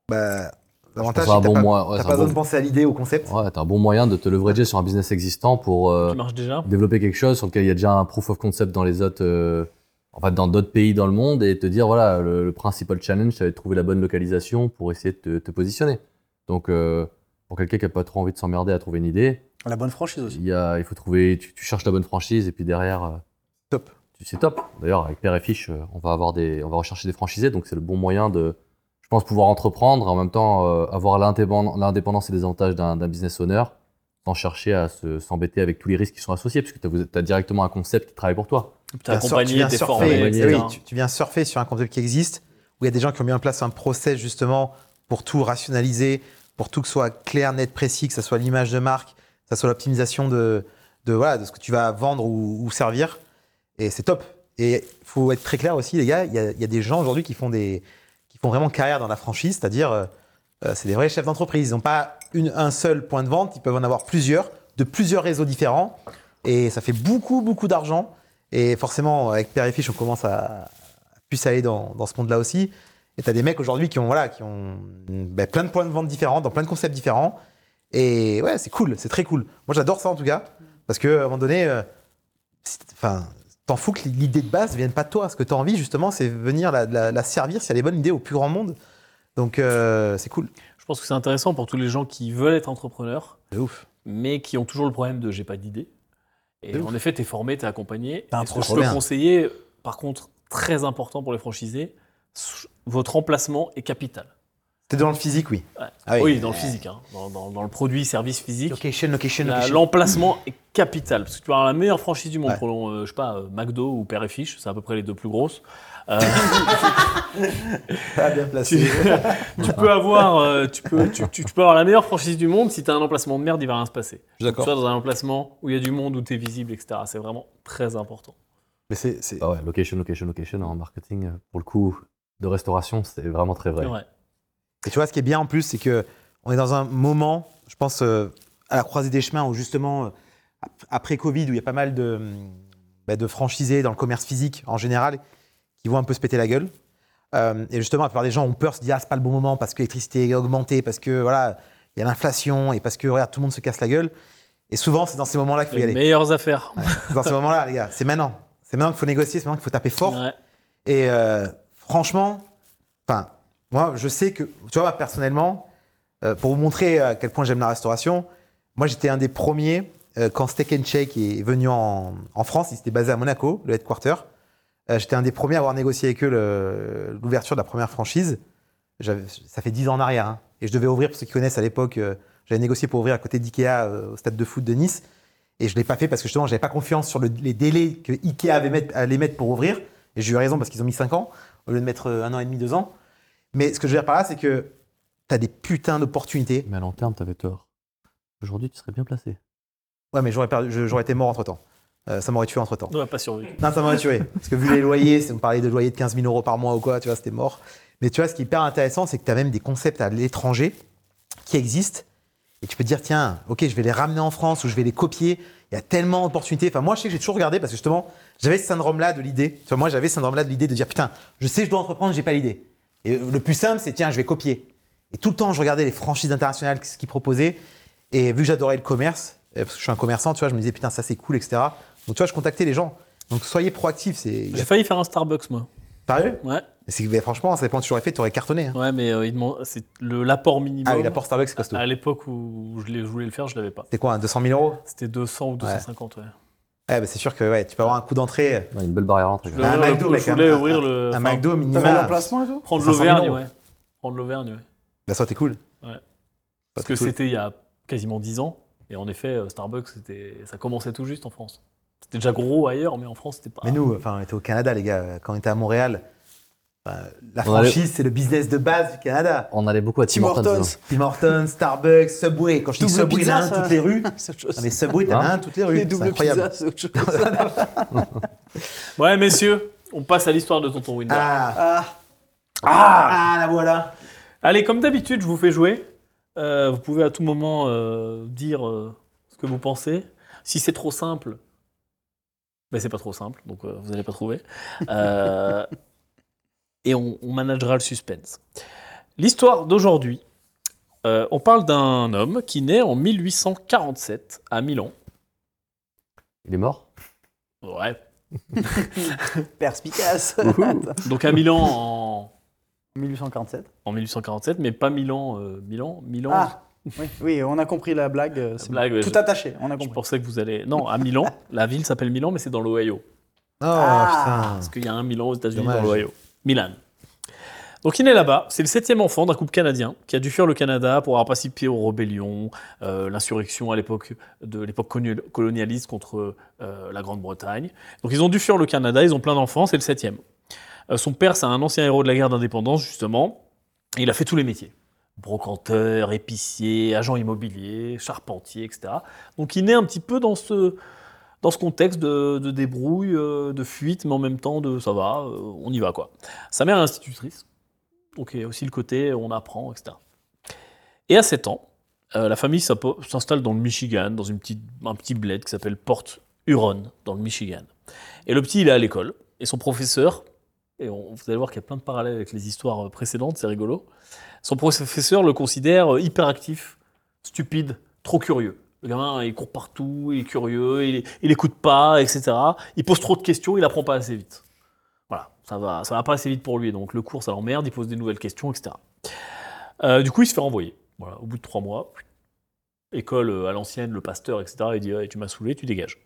Bah,
C'est
l'avantage, c'est
un
que t'as
bon
pas,
moyen. ouais,
t'as
c'est
pas
un
besoin
bon-
de penser à l'idée, au concept.
Ouais, t'as un bon moyen de te leverager sur un business existant pour euh,
Qui marche déjà
développer quelque chose sur lequel il y a déjà un proof of concept dans les autres, euh, en fait, dans d'autres pays dans le monde et te dire voilà, le, le principal challenge, ça va être de trouver la bonne localisation pour essayer de te, te positionner. Donc, euh, pour quelqu'un qui a pas trop envie de s'emmerder à trouver une idée,
La bonne franchise aussi.
il, y a, il faut trouver, tu, tu cherches la bonne franchise et puis derrière. euh,
Top.
tu- C'est top. D'ailleurs, avec Père et Fiche, euh, on va, avoir des, on va rechercher des franchisés, donc c'est le bon moyen de, je pense, pouvoir entreprendre, en même temps euh, avoir l'indépen- l'indépendance et les avantages d'un d'un business owner, sans chercher à se- s'embêter avec tous les risques qui sont associés, puisque tu as, directement un concept qui travaille pour toi.
T'as
Tu viens sur- tu
accompagné,
viens
t'es
surfer,
formé,
accompagné,
oui,
etc.
tu, tu viens surfer sur un concept qui existe, où il y a des gens qui ont mis en place un process justement pour tout rationaliser, pour tout que ce soit clair, net, précis, que ce soit l'image de marque, que ce soit l'optimisation de, de, voilà, de ce que tu vas vendre ou, ou servir. Et c'est top. Et il faut être très clair aussi, les gars, il y a, il y a des gens aujourd'hui qui, font des- qui font vraiment carrière dans la franchise, c'est-à-dire euh, euh, c'est des vrais chefs d'entreprise. Ils n'ont pas une- un seul point de vente, ils peuvent en avoir plusieurs, de plusieurs réseaux différents. Et ça fait beaucoup, beaucoup d'argent. Et forcément, avec Père et Fiche, on commence à plus aller dans, dans ce monde-là aussi. Et t'as des mecs aujourd'hui qui ont, voilà, qui ont ben, plein de points de vente différents, dans plein de concepts différents. Et ouais, c'est cool, c'est très cool. Moi, j'adore ça en tout cas, parce que à un moment donné, euh, si- enfin, t'en fous que l'idée de base vienne pas de toi. Ce que t'as envie justement, c'est venir la, la- la servir si elle est bonne idée au plus grand monde. Donc euh, c'est cool.
Je pense que c'est intéressant pour tous les gens qui veulent être entrepreneurs,
De ouf.
mais qui ont toujours le problème de j'ai pas d'idée. Et
De
en effet, t'es formé, t'es accompagné.
T'as un
Et ce que je
projet.
peux conseiller, par contre, très important pour les franchisés, s- votre emplacement est capital.
T'es dans le physique, oui.
Ouais.
Ah
oui. dans le physique, hein. dans, dans- dans le produit, service physique.
Location, location,
la-
location.
L'emplacement est capital. Parce que tu vas avoir la meilleure franchise du monde.
Ouais.
Prenons, euh, je sais pas, euh, McDo ou Père et Fiche, c'est à peu près les deux plus grosses. Euh, <laughs>
Ah, bien
tu,
placé.
<laughs> tu peux avoir, euh, tu, peux, tu, tu- tu peux avoir la meilleure franchise du monde, si tu as un emplacement de merde, il va rien se passer. Tu
D'accord.
sois dans un emplacement où il y a du monde, où tu es visible, etc. C'est vraiment très important.
Mais c'est, c'est-
Ah ouais, location, location, location en marketing, euh, pour le coup, de restauration, c'est vraiment très vrai.
C'est vrai.
Et tu vois, ce qui est bien en plus, c'est que on est dans un moment, je pense, euh, à la croisée des chemins où justement, euh, ap- après Covid, où il y a pas mal de, hum, bah, de franchisés dans le commerce physique en général qui vont un peu se péter la gueule. Euh, et justement, la plupart des gens ont peur, se disent ah c'est pas le bon moment parce que l'électricité est augmentée, parce que voilà, il y a l'inflation et parce que regarde tout le monde se casse la gueule. Et souvent, c'est dans ces moments-là qu'il faut y
Les
aller.
meilleures affaires.
C'est dans ces moments-là, les gars, c'est maintenant. C'est maintenant qu'il faut négocier, c'est maintenant qu'il faut taper fort.
Ouais.
Et euh, franchement, enfin, moi, je sais que, tu vois, personnellement, euh, pour vous montrer à quel point j'aime la restauration, moi, j'étais un des premiers euh, quand Steak and Shake est venu en, en France. Il s'était basé à Monaco, le headquarter. Euh, j'étais un des premiers à avoir négocié avec eux le- l'ouverture de la première franchise. J'avais- ça fait 10 ans en arrière. hein. et je devais ouvrir, pour ceux qui connaissent à l'époque, euh, j'avais négocié pour ouvrir à côté d'IKEA euh, au stade de foot de Nice. Et je ne l'ai pas fait parce que justement, je n'avais pas confiance sur le- les délais que IKEA avait mettre- allait mettre pour ouvrir. Et j'ai eu raison parce qu'ils ont mis 5 ans au lieu de mettre euh, un an et demi, deux ans. Mais ce que je veux dire par là, c'est que tu as des putains d'opportunités.
Mais à long terme, t'avais tort. Aujourd'hui, tu serais bien placé.
Ouais, mais j'aurais perdu- je- j'aurais été mort entre temps. ça m'aurait tué entre temps.
On n'a pas survécu.
Non, ça m'aurait tué. Parce que vu les loyers, c'est- on parlait de loyers de 15 000 euros par mois ou quoi, tu vois, c'était mort. Mais tu vois, ce qui est hyper intéressant, c'est que tu as même des concepts à l'étranger qui existent. Et tu peux te dire, tiens, ok, je vais les ramener en France ou je vais les copier. Il y a tellement d'opportunités. Enfin, moi, je sais que j'ai toujours regardé parce que justement, j'avais ce syndrome-là de l'idée. Tu vois, moi, j'avais ce syndrome-là de l'idée de dire, putain, je sais, que je dois entreprendre, j'ai pas l'idée. Et le plus simple, c'est, tiens, je vais copier. Et tout le temps, je regardais les franchises internationales, ce qu'ils proposaient. Et vu que j'adorais le commerce, euh, parce que je suis un commerçant, tu vois, je me disais, putain, ça c'est cool, etc. Donc, tu vois, je contactais les gens. Donc, soyez proactifs. C'est
J'ai failli faire un Starbucks, moi.
sérieux.
Ouais,
C'est que, mais franchement, ça dépend tu l'aurais fait, tu aurais cartonné. hein.
ouais mais euh, il demande- c'est le- l'apport minimum.
Ah oui, l'apport Starbucks, c'est costaud.
À l'époque où je, l'ai- je voulais le faire, je l'avais pas.
C'était quoi, hein, 200 000 euros
C'était 200 ou 250, ouais.
Eh ben, c'est sûr que ouais, tu peux avoir un coup d'entrée.
Ouais, une belle barrière à l'entrée.
Je
quand
voulais
Bah, Un
ouvrir le-
McDo, mec,
je voulais
un-
ouvrir le.
Un
Euh, enfin,
McDo
T'as mis
minimum.
l'emplacement et tout
Prendre
500 000
l'Auvergne,
euros.
ouais. Prendre l'Auvergne, ouais.
Bah, ça, t'es cool.
Ouais.
Ça,
Parce
t'es
que
cool.
c'était il y a quasiment 10 ans. Et en effet, euh, Starbucks, c'était- ça commençait tout juste en France. C'était déjà gros ailleurs, mais en France, c'était pas.
Mais nous, enfin, on était au Canada, les gars. Quand on était à Montréal, enfin, la
On allait-
franchise, c'est le business de base du Canada.
même. On allait beaucoup à Tim
Tim Hortons.
Hortons.
<laughs>
Tim Hortons, Starbucks, Subway. Quand je dis
Double
Subway, il y en a
pizza,
un
ça.
toutes les rues.
C'est autre chose.
Non, mais Subway, t'en as
Hein
un toutes les rues.
Les
Ah C'est
doubles
incroyable.
pizzas, c'est autre chose.
<laughs>
Ouais, messieurs, on passe à l'histoire de Tonton Windows.
Ah,
Ah,
ah, la voilà.
Allez, comme d'habitude, je vous fais jouer. Euh, vous pouvez à tout moment euh, dire euh, ce que vous pensez. Si c'est trop simple, mais c'est pas trop simple, donc euh, vous n'allez pas trouver. Euh, et on, on managera le suspense. L'histoire d'aujourd'hui, euh, on parle d'un homme qui naît en 1847 à Milan.
Il est mort
Ouais.
perspicace. <laughs>
Donc à Milan en,
1847.
en 1847, mais pas Milan, euh, Milan, Milan.
Ah, oui, oui, on a compris la blague. euh, c'est
blague,
bon.
ouais,
Tout
je-
attaché, on a
Je
compris.
pensais que vous allez. Non, à Milan. la ville s'appelle Milan, mais c'est dans l'Ohio.
Oh,
Ah.
Parce qu'il y a un Milan aux États-Unis
Dommage.
dans l'Ohio. Milan. Donc il est là-bas, c'est le septième enfant d'un couple canadien qui a dû fuir le Canada pour avoir participé aux rébellions, euh, l'insurrection à l'époque de l'époque conu- colonialiste contre euh, la Grande-Bretagne. Donc ils ont dû fuir le Canada, ils ont plein d'enfants, c'est le septième. Euh, son père, c'est un ancien héros de la guerre d'indépendance justement, et il a fait tous les métiers brocanteur, épicier, agent immobilier, charpentier, etc. Donc il naît un petit peu dans ce dans ce contexte de, de débrouille, euh, de fuite, mais en même temps de ça va, euh, on y va quoi. Sa mère est institutrice, donc il y a aussi le côté on apprend, etc. Et à 7 ans, euh, la famille s'impo- s'installe dans le Michigan, dans une petite, un petit bled qui s'appelle Porte Huron, dans le Michigan. Et le petit, il est à l'école, et son professeur, et on- vous allez voir qu'il y a plein de parallèles avec les histoires euh, précédentes, c'est rigolo, son professeur le considère euh, hyperactif, stupide, trop curieux. Le gamin, il court partout, il est curieux, il, il écoute pas, etc. Il pose trop de questions, il apprend pas assez vite. Voilà, ça va, ça va pas assez vite pour lui. Donc le cours, ça l'emmerde, il pose des nouvelles questions, etc. Euh, du coup, il se fait renvoyer. Voilà, au bout de trois mois, école euh, à l'ancienne, le pasteur, etc. Il dit Ouais, Tu m'as saoulé, tu dégages.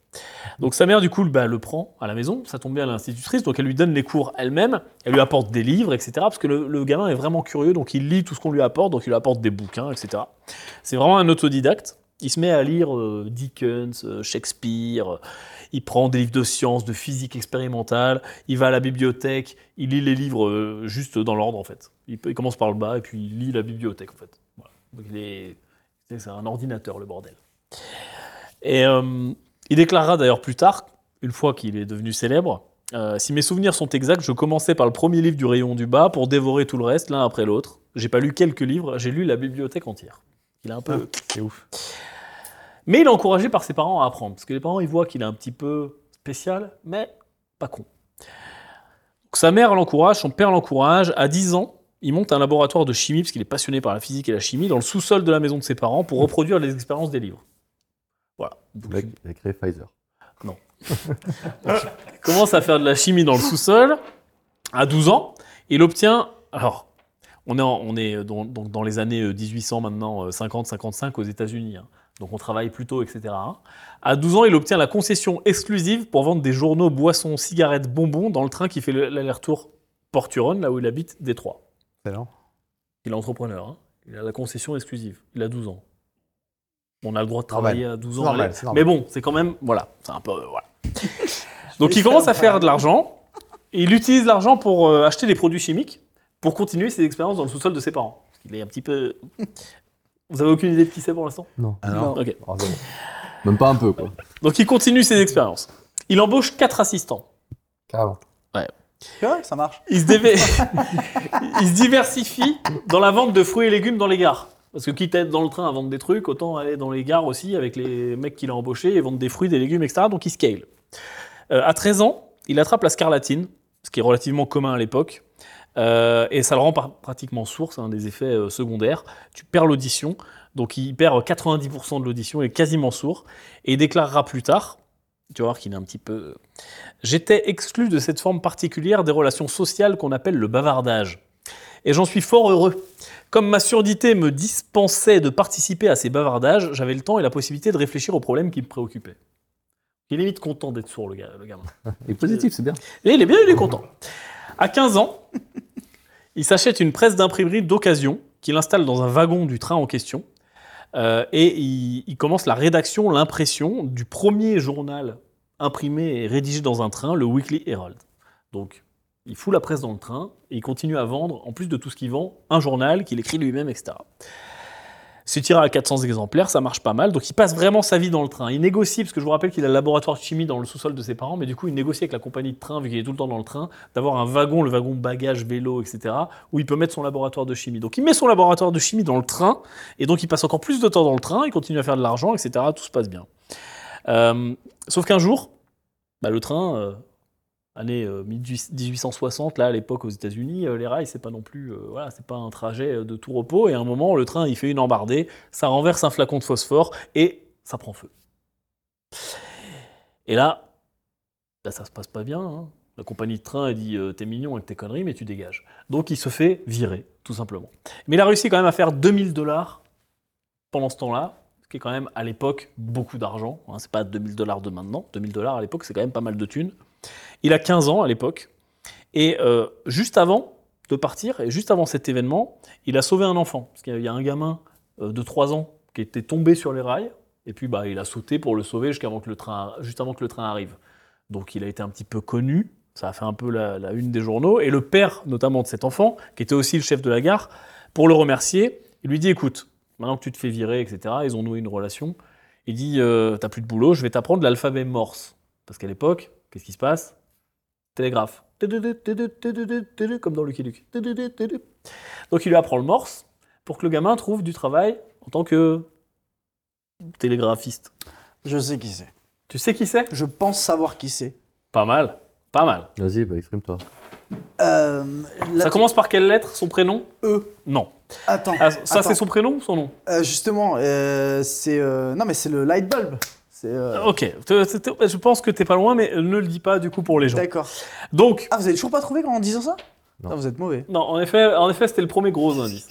Donc sa mère, du coup, bah, le prend à la maison. Ça tombe bien à l'institutrice, donc elle lui donne les cours elle-même. Elle lui apporte des livres, etc. Parce que le, le gamin est vraiment curieux, donc il lit tout ce qu'on lui apporte, donc il lui apporte des bouquins, etc. C'est vraiment un autodidacte. Il se met à lire euh, Dickens, euh, Shakespeare, euh, il prend des livres de sciences, de physique expérimentale, il va à la bibliothèque, il lit les livres euh, juste dans l'ordre en fait. Il, peut- il commence par le bas et puis il lit la bibliothèque en fait. Voilà. Donc il est- c'est c'est un ordinateur le bordel. Et euh, il déclarera d'ailleurs plus tard, une fois qu'il est devenu célèbre, euh, si mes souvenirs sont exacts, je commençais par le premier livre du rayon du bas pour dévorer tout le reste l'un après l'autre. J'ai pas lu quelques livres, j'ai lu la bibliothèque entière. Il a un peu
C'est ouf.
mais il est encouragé par ses parents à apprendre, parce que les parents, ils voient qu'il est un petit peu spécial, mais pas con. Donc, sa mère l'encourage, son père l'encourage. À 10 ans, il monte un laboratoire de chimie, parce qu'il est passionné par la physique et la chimie, dans le sous-sol de la maison de ses parents pour reproduire les expériences des livres. Voilà. Donc,
Le mec, il a créé Pfizer.
il commence à faire de la chimie dans le sous-sol. À 12 ans, il obtient... Alors, on est, en- on est dans, donc dans les années euh, 1800 maintenant, euh, 50-55 aux États-Unis. hein. Donc on travaille plus tôt, etc. À 12 ans, il obtient la concession exclusive pour vendre des journaux, boissons, cigarettes, bonbons dans le train qui fait le- l'aller-retour Porturon, là où il habite, Détroit.
Excellent.
Il est entrepreneur. hein. Il a la concession exclusive. Il a 12 ans. On a le droit de travailler à 12 ans.
normal,
allez.
c'est
Mais
normal.
bon, c'est quand même... Voilà, c'est un peu... euh, voilà. Donc il commence à faire de l'argent. Et il utilise l'argent pour euh, acheter des produits chimiques pour continuer ses expériences dans le sous-sol de ses parents. Parce qu'il est un petit peu... Vous avez aucune idée de qui c'est pour l'instant
Ah
Alors,
Ok.
Ah, Même pas un peu, quoi.
Donc il continue ses expériences. Il embauche quatre assistants.
Carrément.
Tu vois, ça marche.
Il se, dévé- <laughs> il se diversifie dans la vente de fruits et légumes dans les gares. Parce que quitte à être dans le train à vendre des trucs, autant aller dans les gares aussi avec les mecs qu'il a embauchés et vendre des fruits, des légumes, etc. Donc il scale. Euh, à 13 ans, il attrape la scarlatine, ce qui est relativement commun à l'époque. Euh, et ça le rend par- pratiquement sourd, c'est un des effets euh, secondaires. Tu perds l'audition, donc il perd euh, 90% de l'audition, il est quasiment sourd. Et il déclarera plus tard, tu vas voir qu'il est un petit peu J'étais exclu de cette forme particulière des relations sociales qu'on appelle le bavardage. Et j'en suis fort heureux. Comme ma surdité me dispensait de participer à ces bavardages, j'avais le temps et la possibilité de réfléchir aux problèmes qui me préoccupaient. Il est limite content d'être sourd, le, gars, le gamin.
Et positif, c'est bien.
Et il est bien, il est content. À 15 ans, il s'achète une presse d'imprimerie d'occasion qu'il installe dans un wagon du train en question. Euh, et il, il commence la rédaction, l'impression du premier journal imprimé et rédigé dans un train, le Weekly Herald. Donc, il fout la presse dans le train et il continue à vendre, en plus de tout ce qu'il vend, un journal qu'il écrit lui-même, etc. C'est tiré à 400 exemplaires, ça marche pas mal. Donc il passe vraiment sa vie dans le train. Il négocie, parce que je vous rappelle qu'il a le laboratoire de chimie dans le sous-sol de ses parents, mais du coup il négocie avec la compagnie de train, vu qu'il est tout le temps dans le train, d'avoir un wagon, le wagon bagages, vélo, etc., où il peut mettre son laboratoire de chimie. Donc il met son laboratoire de chimie dans le train, et donc il passe encore plus de temps dans le train, il continue à faire de l'argent, etc., tout se passe bien. Euh, sauf qu'un jour, bah, le train, euh, année euh, 1860, là à l'époque aux États-Unis, euh, les rails, c'est pas non plus, euh, voilà, c'est pas un trajet euh, de tout repos, et à un moment, le train, il fait une embardée, ça renverse un flacon de phosphore et ça prend feu. Et là, bah, ça se passe pas bien. hein. La compagnie de train, elle dit euh, T'es mignon avec tes conneries, mais tu dégages. Donc il se fait virer, tout simplement. Mais il a réussi quand même à faire 2000 dollars pendant ce temps-là, ce qui est quand même à l'époque beaucoup d'argent. hein. C'est pas 2000 dollars de maintenant. 2000 dollars à l'époque, c'est quand même pas mal de thunes. Il a 15 ans à l'époque. Et euh, juste avant de partir, et juste avant cet événement, il a sauvé un enfant. Parce qu'il y a un gamin euh, de 3 ans qui était tombé sur les rails. Et puis, bah, il a sauté pour le sauver jusqu'avant que le train, juste avant que le train arrive. Donc, il a été un petit peu connu. Ça a fait un peu la, la une des journaux. Et le père, notamment de cet enfant, qui était aussi le chef de la gare, pour le remercier, il lui dit Écoute, maintenant que tu te fais virer, etc., ils ont noué une relation. Il dit euh, T'as plus de boulot, je vais t'apprendre l'alphabet morse. Parce qu'à l'époque, qu'est-ce qui se passe Télégraphe. Comme dans Lucky Luke. Donc, il lui apprend le morse pour que le gamin trouve du travail en tant que télégraphiste.
Je sais qui c'est.
Tu sais qui c'est
Je pense savoir qui c'est.
Pas mal, pas mal.
Vas-y, bah, exprime-toi.
Euh, là,
Ça
tu-
commence par quelle lettre Son prénom
E.
Non.
Attends.
Ah, ça,
attends.
c'est son prénom ou son nom
Euh, justement, euh, c'est. euh, Non, mais c'est le light bulb. C'est. euh,
Ok, Te- te- te- je pense que t'es pas loin, mais ne le dis pas du coup pour les gens.
D'accord.
Donc,
Ah, vous avez toujours pas trouvé en disant ça
Non.
Ah, vous êtes mauvais.
non, en effet, en effet c'était le premier gros indice.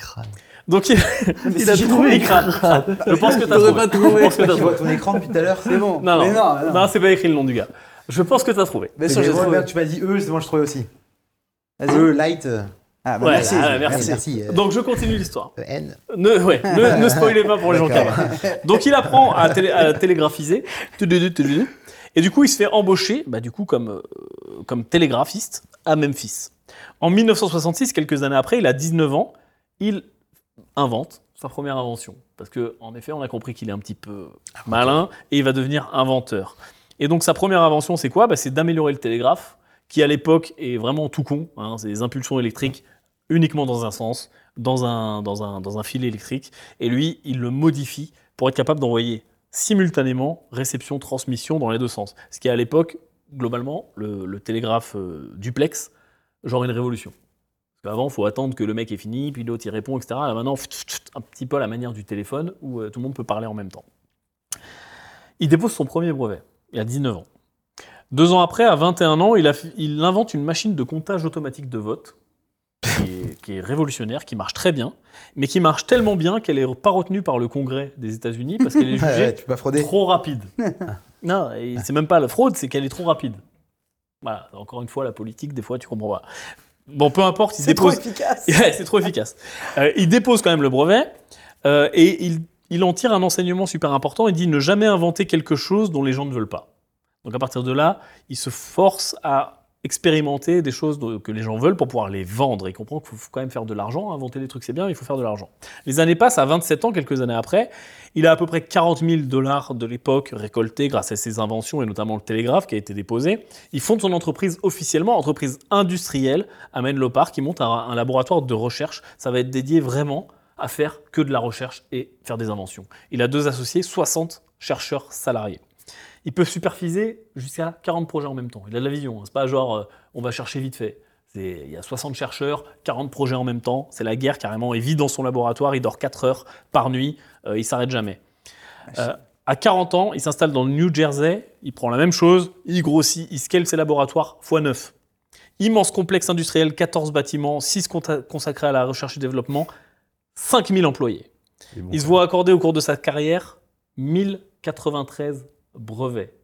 Donc, il,
<laughs>
il
si
a
j'ai
trouvé
trouvé,
les crânes. Je pense que t'as
J'aurais
trouvé.
pas
Je
trouvé.
pense que t'as
Ah, <laughs> tu vois
trouvé.
ton écran depuis tout à l'heure.
C'est
Non,
bon. mais non, mais non.
Non, c'est pas écrit le nom du gars. Je pense que t'as trouvé.
Bien sûr, j'ai
Mais ouais,
trouvé.
merde, tu m'as dit eux, c'est bon, je trouvais aussi.
Vas-y.
Eux, light. euh,
Ah, bah,
Ouais,
merci.
ah, merci.
merci.
euh,
Donc je continue l'histoire.
euh, N.
Ne, ouais, ne, ne spoilez pas pour les gens qui
D'accord.
arrivent. Donc il apprend à, télé- à télégraphiser. Tududu, tududu. Et du coup, il se fait embaucher bah, du coup, comme, euh, comme télégraphiste à Memphis. En 1966, quelques années après, il a 19 ans, il invente sa première invention. Parce que en effet, on a compris qu'il est un petit peu malin et il va devenir inventeur. Et donc sa première invention, c'est quoi Bah, C'est d'améliorer le télégraphe, qui à l'époque est vraiment tout con. hein. c'est des impulsions électriques uniquement dans un sens, dans un, dans, un, dans un fil électrique. Et lui, il le modifie pour être capable d'envoyer simultanément réception, transmission dans les deux sens. Ce qui est à l'époque, globalement, le, le télégraphe euh, duplex, genre une révolution. Parce qu'avant, il faut attendre que le mec est fini, puis l'autre il répond, etc. Là maintenant, pht, pht, pht, un petit peu à la manière du téléphone où euh, tout le monde peut parler en même temps. Il dépose son premier brevet, il a 19 ans. Deux ans après, à 21 ans, il, a- il invente une machine de comptage automatique de vote qui est, qui est révolutionnaire, qui marche très bien, mais qui marche tellement bien qu'elle n'est pas retenue par le Congrès des États-Unis parce qu'elle est
<laughs> Ouais, Ah, ouais,
jugée
tu peux pas frauder.
Trop
<laughs>
rapide. non, et c'est même pas la fraude, c'est qu'elle est trop rapide. Voilà, encore une fois, la politique, des fois, tu comprends pas. Bon, peu importe, il
C'est trop
dépose. <laughs>
efficace.
Ouais, c'est trop efficace. Euh, il dépose quand même le brevet euh, et il, il en tire un enseignement super important. Il dit ne jamais inventer quelque chose dont les gens ne veulent pas. Donc à partir de là, il se force à expérimenter des choses de- que les gens veulent pour pouvoir les vendre. Il comprend qu'il faut faut quand même faire de l'argent. Inventer des trucs, c'est bien, mais il faut faire de l'argent. Les années passent, à 27 ans, quelques années après, il a à peu près 40 000 dollars de l'époque récoltés grâce à ses inventions et notamment le télégraphe qui a été déposé. Il fonde son entreprise officiellement, entreprise industrielle, à Menlo-Park, qui monte un, un laboratoire de recherche. Ça va être dédié vraiment à faire que de la recherche et faire des inventions. Il a deux associés, 60 chercheurs salariés. Il peut superviser jusqu'à 40 projets en même temps. Il a de la vision. hein. C'est pas genre euh, on va chercher vite fait. C'est- Il y a 60 chercheurs, 40 projets en même temps. C'est la guerre carrément. Il vit dans son laboratoire, il dort 4 heures par nuit, euh, il s'arrête jamais. Euh,
Ah,
à 40 ans, il s'installe dans le New Jersey, il prend la même chose, il grossit, il scale ses laboratoires x9. Immense complexe industriel, 14 bâtiments, 6 consacrés à la recherche et développement, 5000 employés. Il se voit accorder au cours de sa carrière 1093 brevets.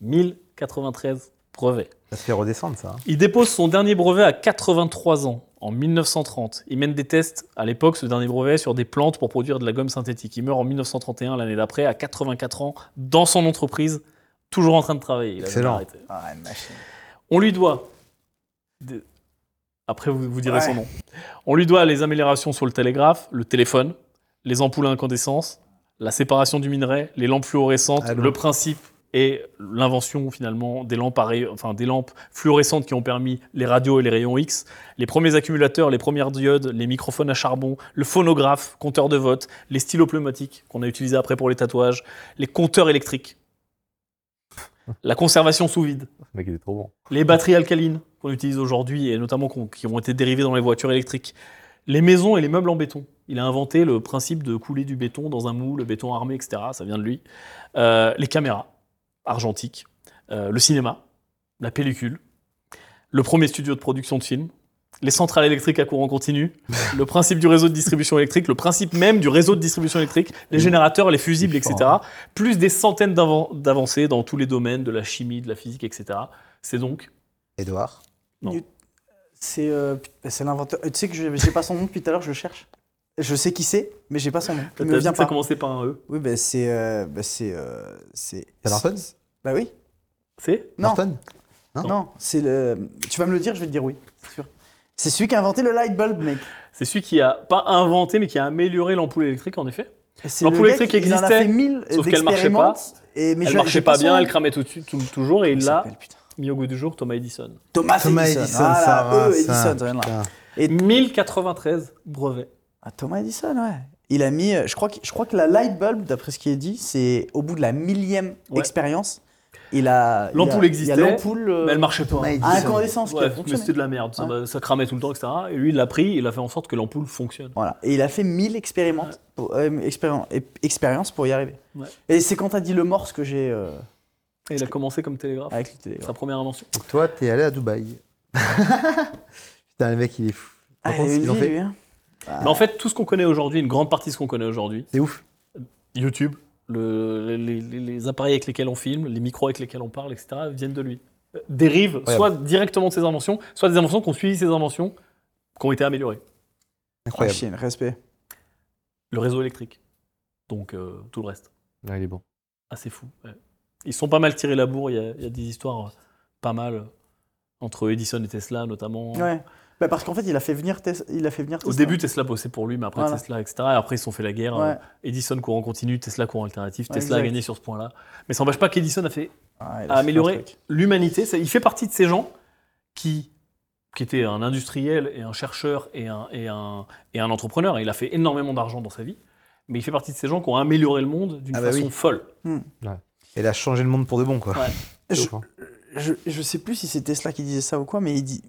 1093 brevets.
Ça se fait redescendre, ça. hein.
Il dépose son dernier brevet à 83 ans, en 1930. Il mène des tests, à l'époque, ce dernier brevet, sur des plantes pour produire de la gomme synthétique. Il meurt en 1931, l'année d'après, à 84 ans, dans son entreprise, toujours en train de travailler. Il a jamais
Excellent.
arrêté.
Ah, une machine.
On lui doit. des- Après, vous, vous direz
Ouais.
son nom. On lui doit les améliorations sur le télégraphe, le téléphone, les ampoules à incandescence, la séparation du minerai, les lampes fluorescentes,
Allô.
le principe et l'invention finalement des lampes, à ray- enfin, des lampes fluorescentes qui ont permis les radios et les rayons X, les premiers accumulateurs, les premières diodes, les microphones à charbon, le phonographe, compteur de vote, les stylos pneumatiques qu'on a utilisés après pour les tatouages, les compteurs électriques, la conservation sous vide,
Ce mec, il est trop bon.
les batteries alcalines qu'on utilise aujourd'hui et notamment qu'on- qui ont été dérivées dans les voitures électriques. Les maisons et les meubles en béton. Il a inventé le principe de couler du béton dans un moule, le béton armé, etc. Ça vient de lui. Euh, les caméras argentiques, euh, le cinéma, la pellicule, le premier studio de production de films, les centrales électriques à courant continu, le principe du réseau de distribution électrique, le principe même du réseau de distribution électrique, les générateurs, les fusibles, etc. Plus des centaines d'avan- d'avancées dans tous les domaines de la chimie, de la physique, etc. C'est donc
Edouard.
C'est euh, put- c'est l'inventeur. Euh, Tu sais que je j'ai pas son nom depuis tout à l'heure, je le cherche. Je sais qui c'est, mais j'ai pas son nom. Il me
T'as
vient
dit que ça
pas.
commençait par un E.
Oui, bah, c'est. euh, bah, c'est. euh, c'est.
C'est Norton
Bah oui.
C'est
Non,
Norton
non, c'est le. Tu vas me le dire, je vais te dire oui, c'est sûr. C'est celui qui a inventé le light bulb, mec.
C'est celui qui a pas inventé, mais qui a amélioré l'ampoule électrique, en effet.
Et c'est
L'ampoule
le gars
électrique
qui- il en a
existait,
fait mille
sauf qu'elle marchait
d'expérimentes, Et, mais
elle
je-
marchait
j'ai
pas
son
bien,
nom.
elle cramait tout, tout- toujours, et il
Comment il
l'a
s'appelle, putain
mis au goût du jour, Thomas Edison.
Thomas,
Thomas
Edison.
Edison,
voilà,
Sarah,
eux,
ça,
Edison, voilà.
putain.
Et-
1093 brevets.
Ah, Thomas Edison, ouais. Il a mis, euh, je crois que, je crois que la light bulb, d'après ce qui est dit, c'est au bout de la millième
Ouais.
expérience. Il a.
L'ampoule
il a-
existait,
Il y a l'ampoule. euh,
mais elle marchait pas. hein.
Thomas Edison.
à incandescence qui
Ouais,
a
mais
fonctionné.
c'était de la merde, ça, Bah,
Ouais.
ça cramait tout le temps, etc. Et lui, il l'a pris, il a fait en sorte que l'ampoule fonctionne.
Voilà. Et il a fait 1000 expérimentes pour- euh, expérien- é- expériences pour y arriver.
Ouais.
Et c'est quand t'as dit le morse que j'ai euh,
Et il a commencé comme télégraphe,
avec le télé.
sa première invention.
Donc toi, t'es allé à <laughs> Dubaï. Putain, le mec, il est fou. Par
Ah,
contre,
il
ce
a
qu'ils
une
ont
vie,
fait,
lui, hein. Ah.
Mais en fait, tout ce qu'on connaît aujourd'hui, une grande partie de ce qu'on connaît aujourd'hui,
c'est ouf.
YouTube, le- les, les- les appareils avec lesquels on filme, les micros avec lesquels on parle, etc., viennent de lui. Euh, Dérivent
Ouais.
soit directement de ses inventions, soit des inventions qu'on suivi ses inventions, qui ont été améliorées.
Incroyable.
Ah, Chine, respect.
Le réseau électrique, donc euh, tout le reste.
Ouais, il est bon.
Assez fou. ouais. Ils se sont pas mal tirés la bourre, il y a, il y a des histoires euh, pas mal euh, entre Edison et Tesla notamment.
Ouais. Bah, parce qu'en fait, il a fait venir, Tes- il a fait venir
Au
Tesla.
début, Tesla bossait pour lui, mais après
Voilà.
Tesla, etc. Et après, ils se sont fait la guerre.
Ouais.
euh, Edison courant continu, Tesla courant alternatif.
Ouais,
Tesla a
exact.
gagné sur ce point-là. Mais ça n'empêche pas qu'Edison a fait
Ah, il a
à
fait un
améliorer
truc.
l'humanité. Ça- Il fait partie de ces gens qui, qui étaient un industriel et un chercheur et un, et un, et un entrepreneur. Et il a fait énormément d'argent dans sa vie. Mais il fait partie de ces gens qui ont amélioré le monde d'une
Ah bah
façon
oui.
folle.
Elle a changé le monde pour de bon, quoi.
Ouais.
C'est
Je-
ouf, hein.
je, je sais plus si c'est Tesla qui disait ça ou quoi, mais il dit.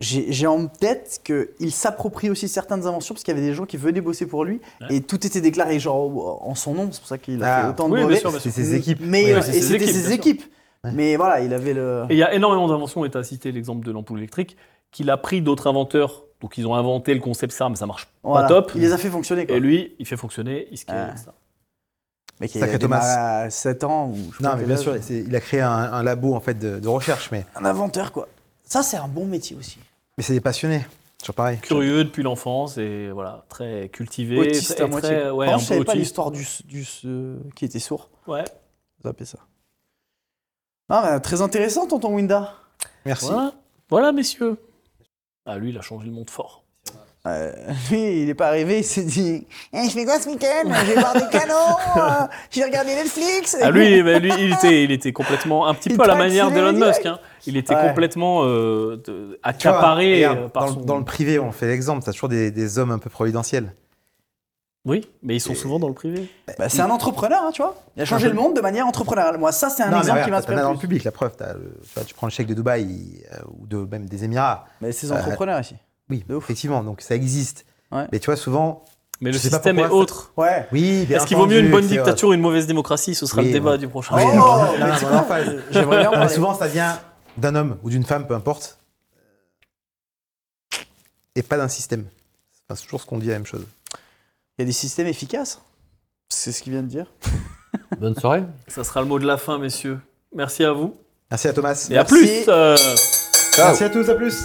J'ai j'ai en tête qu'il s'approprie aussi certaines inventions parce qu'il y avait des gens qui venaient bosser pour lui
Ouais.
et tout était déclaré genre oh, en son nom, c'est pour ça qu'il a
Ah,
fait autant
oui,
de
bien
brevets.
sûr, bien sûr.
C'est ses équipes.
Mais
Oui,
euh,
c'est
et
ses
c'était
équipes,
ses
bien sûr.
équipes.
Ouais.
Mais voilà, il avait le.
Et il y a énormément d'inventions, et tu as cité l'exemple de l'ampoule électrique, qu'il a pris d'autres inventeurs. Donc ils ont inventé le concept ça, mais ça marche
voilà.
pas top.
Il les a fait fonctionner quoi.
Et lui, il fait fonctionner, il se crée,
Ah.
etc.
Mais qui
Sacré
a démarré à 7 ans ou je sais
Non,
pas
mais
quel
bien
âge.
sûr, c'est- il a créé un, un labo en fait de, de recherche, mais,
Un inventeur quoi. Ça, c'est un bon métier aussi.
mais c'est des passionnés. Toujours pareil.
Curieux depuis l'enfance et voilà, très cultivé.
Autiste
très,
à moitié.
très- ouais,
Par
un peu
contre, je savais pas
autiste.
l'histoire du, du ce- qui était sourd.
Ouais.
Zappez ça. Ah, bah, très intéressant, tonton Winda.
Merci.
Voilà. voilà, messieurs. Ah, lui, il a changé le monde fort.
Euh, lui, il n'est pas arrivé, il s'est dit Eh, Je fais quoi ce week-end Je vais voir des canons, euh, je vais regarder Netflix.
Ah, lui, bah, lui, il, était, il était complètement, un petit
Il
peu à la
t'a
manière
accéléré
d'Elon
direct.
Musk. hein. Il était
Ouais.
complètement euh, de-
Tu vois,
accaparé
regarde,
euh, par
dans, le-
son-
dans le privé, on fait l'exemple, t'as toujours des, des hommes un peu providentiels.
Oui, mais ils sont souvent dans le privé.
Bah, c'est un entrepreneur, hein, tu vois. Il a changé le monde de manière entrepreneuriale. Moi, ça, c'est un
non, mais
exemple
regarde,
qui
t'en as dans
m'inspire.
le
plus.
public, la preuve. t'as le- tu vois, tu prends le chèque de Dubaï il- euh, ou de, même des Émirats.
Mais ces entrepreneurs ici.
Oui,
De ouf.
effectivement, donc ça existe.
Ouais.
Mais tu vois, souvent.
Mais
Je
le
sais pas
système est
pourquoi,
autre.
Ouais.
Oui, bien
Est-ce qu'il vaut mieux
entendu,
une bonne
etc. <laughs>
dictature ou une mauvaise démocratie Ce sera
Oui,
le débat
ouais.
du prochain.
Oh,
Oui,
épisode.
non, non,
mais
non,
c'est
non,
quoi
non,
J'aimerais bien
Non,
en
mais
parler.
souvent, ça vient d'un homme ou d'une femme, peu importe, et pas d'un système. Enfin, c'est toujours ce qu'on dit la même chose.
Il y a des systèmes efficaces. C'est ce qu'il vient de dire.
Bonne soirée.
Ça sera le mot de la fin, messieurs. Merci à vous.
Merci à Thomas.
Et à
Merci.
plus euh,
Merci à tous, à plus.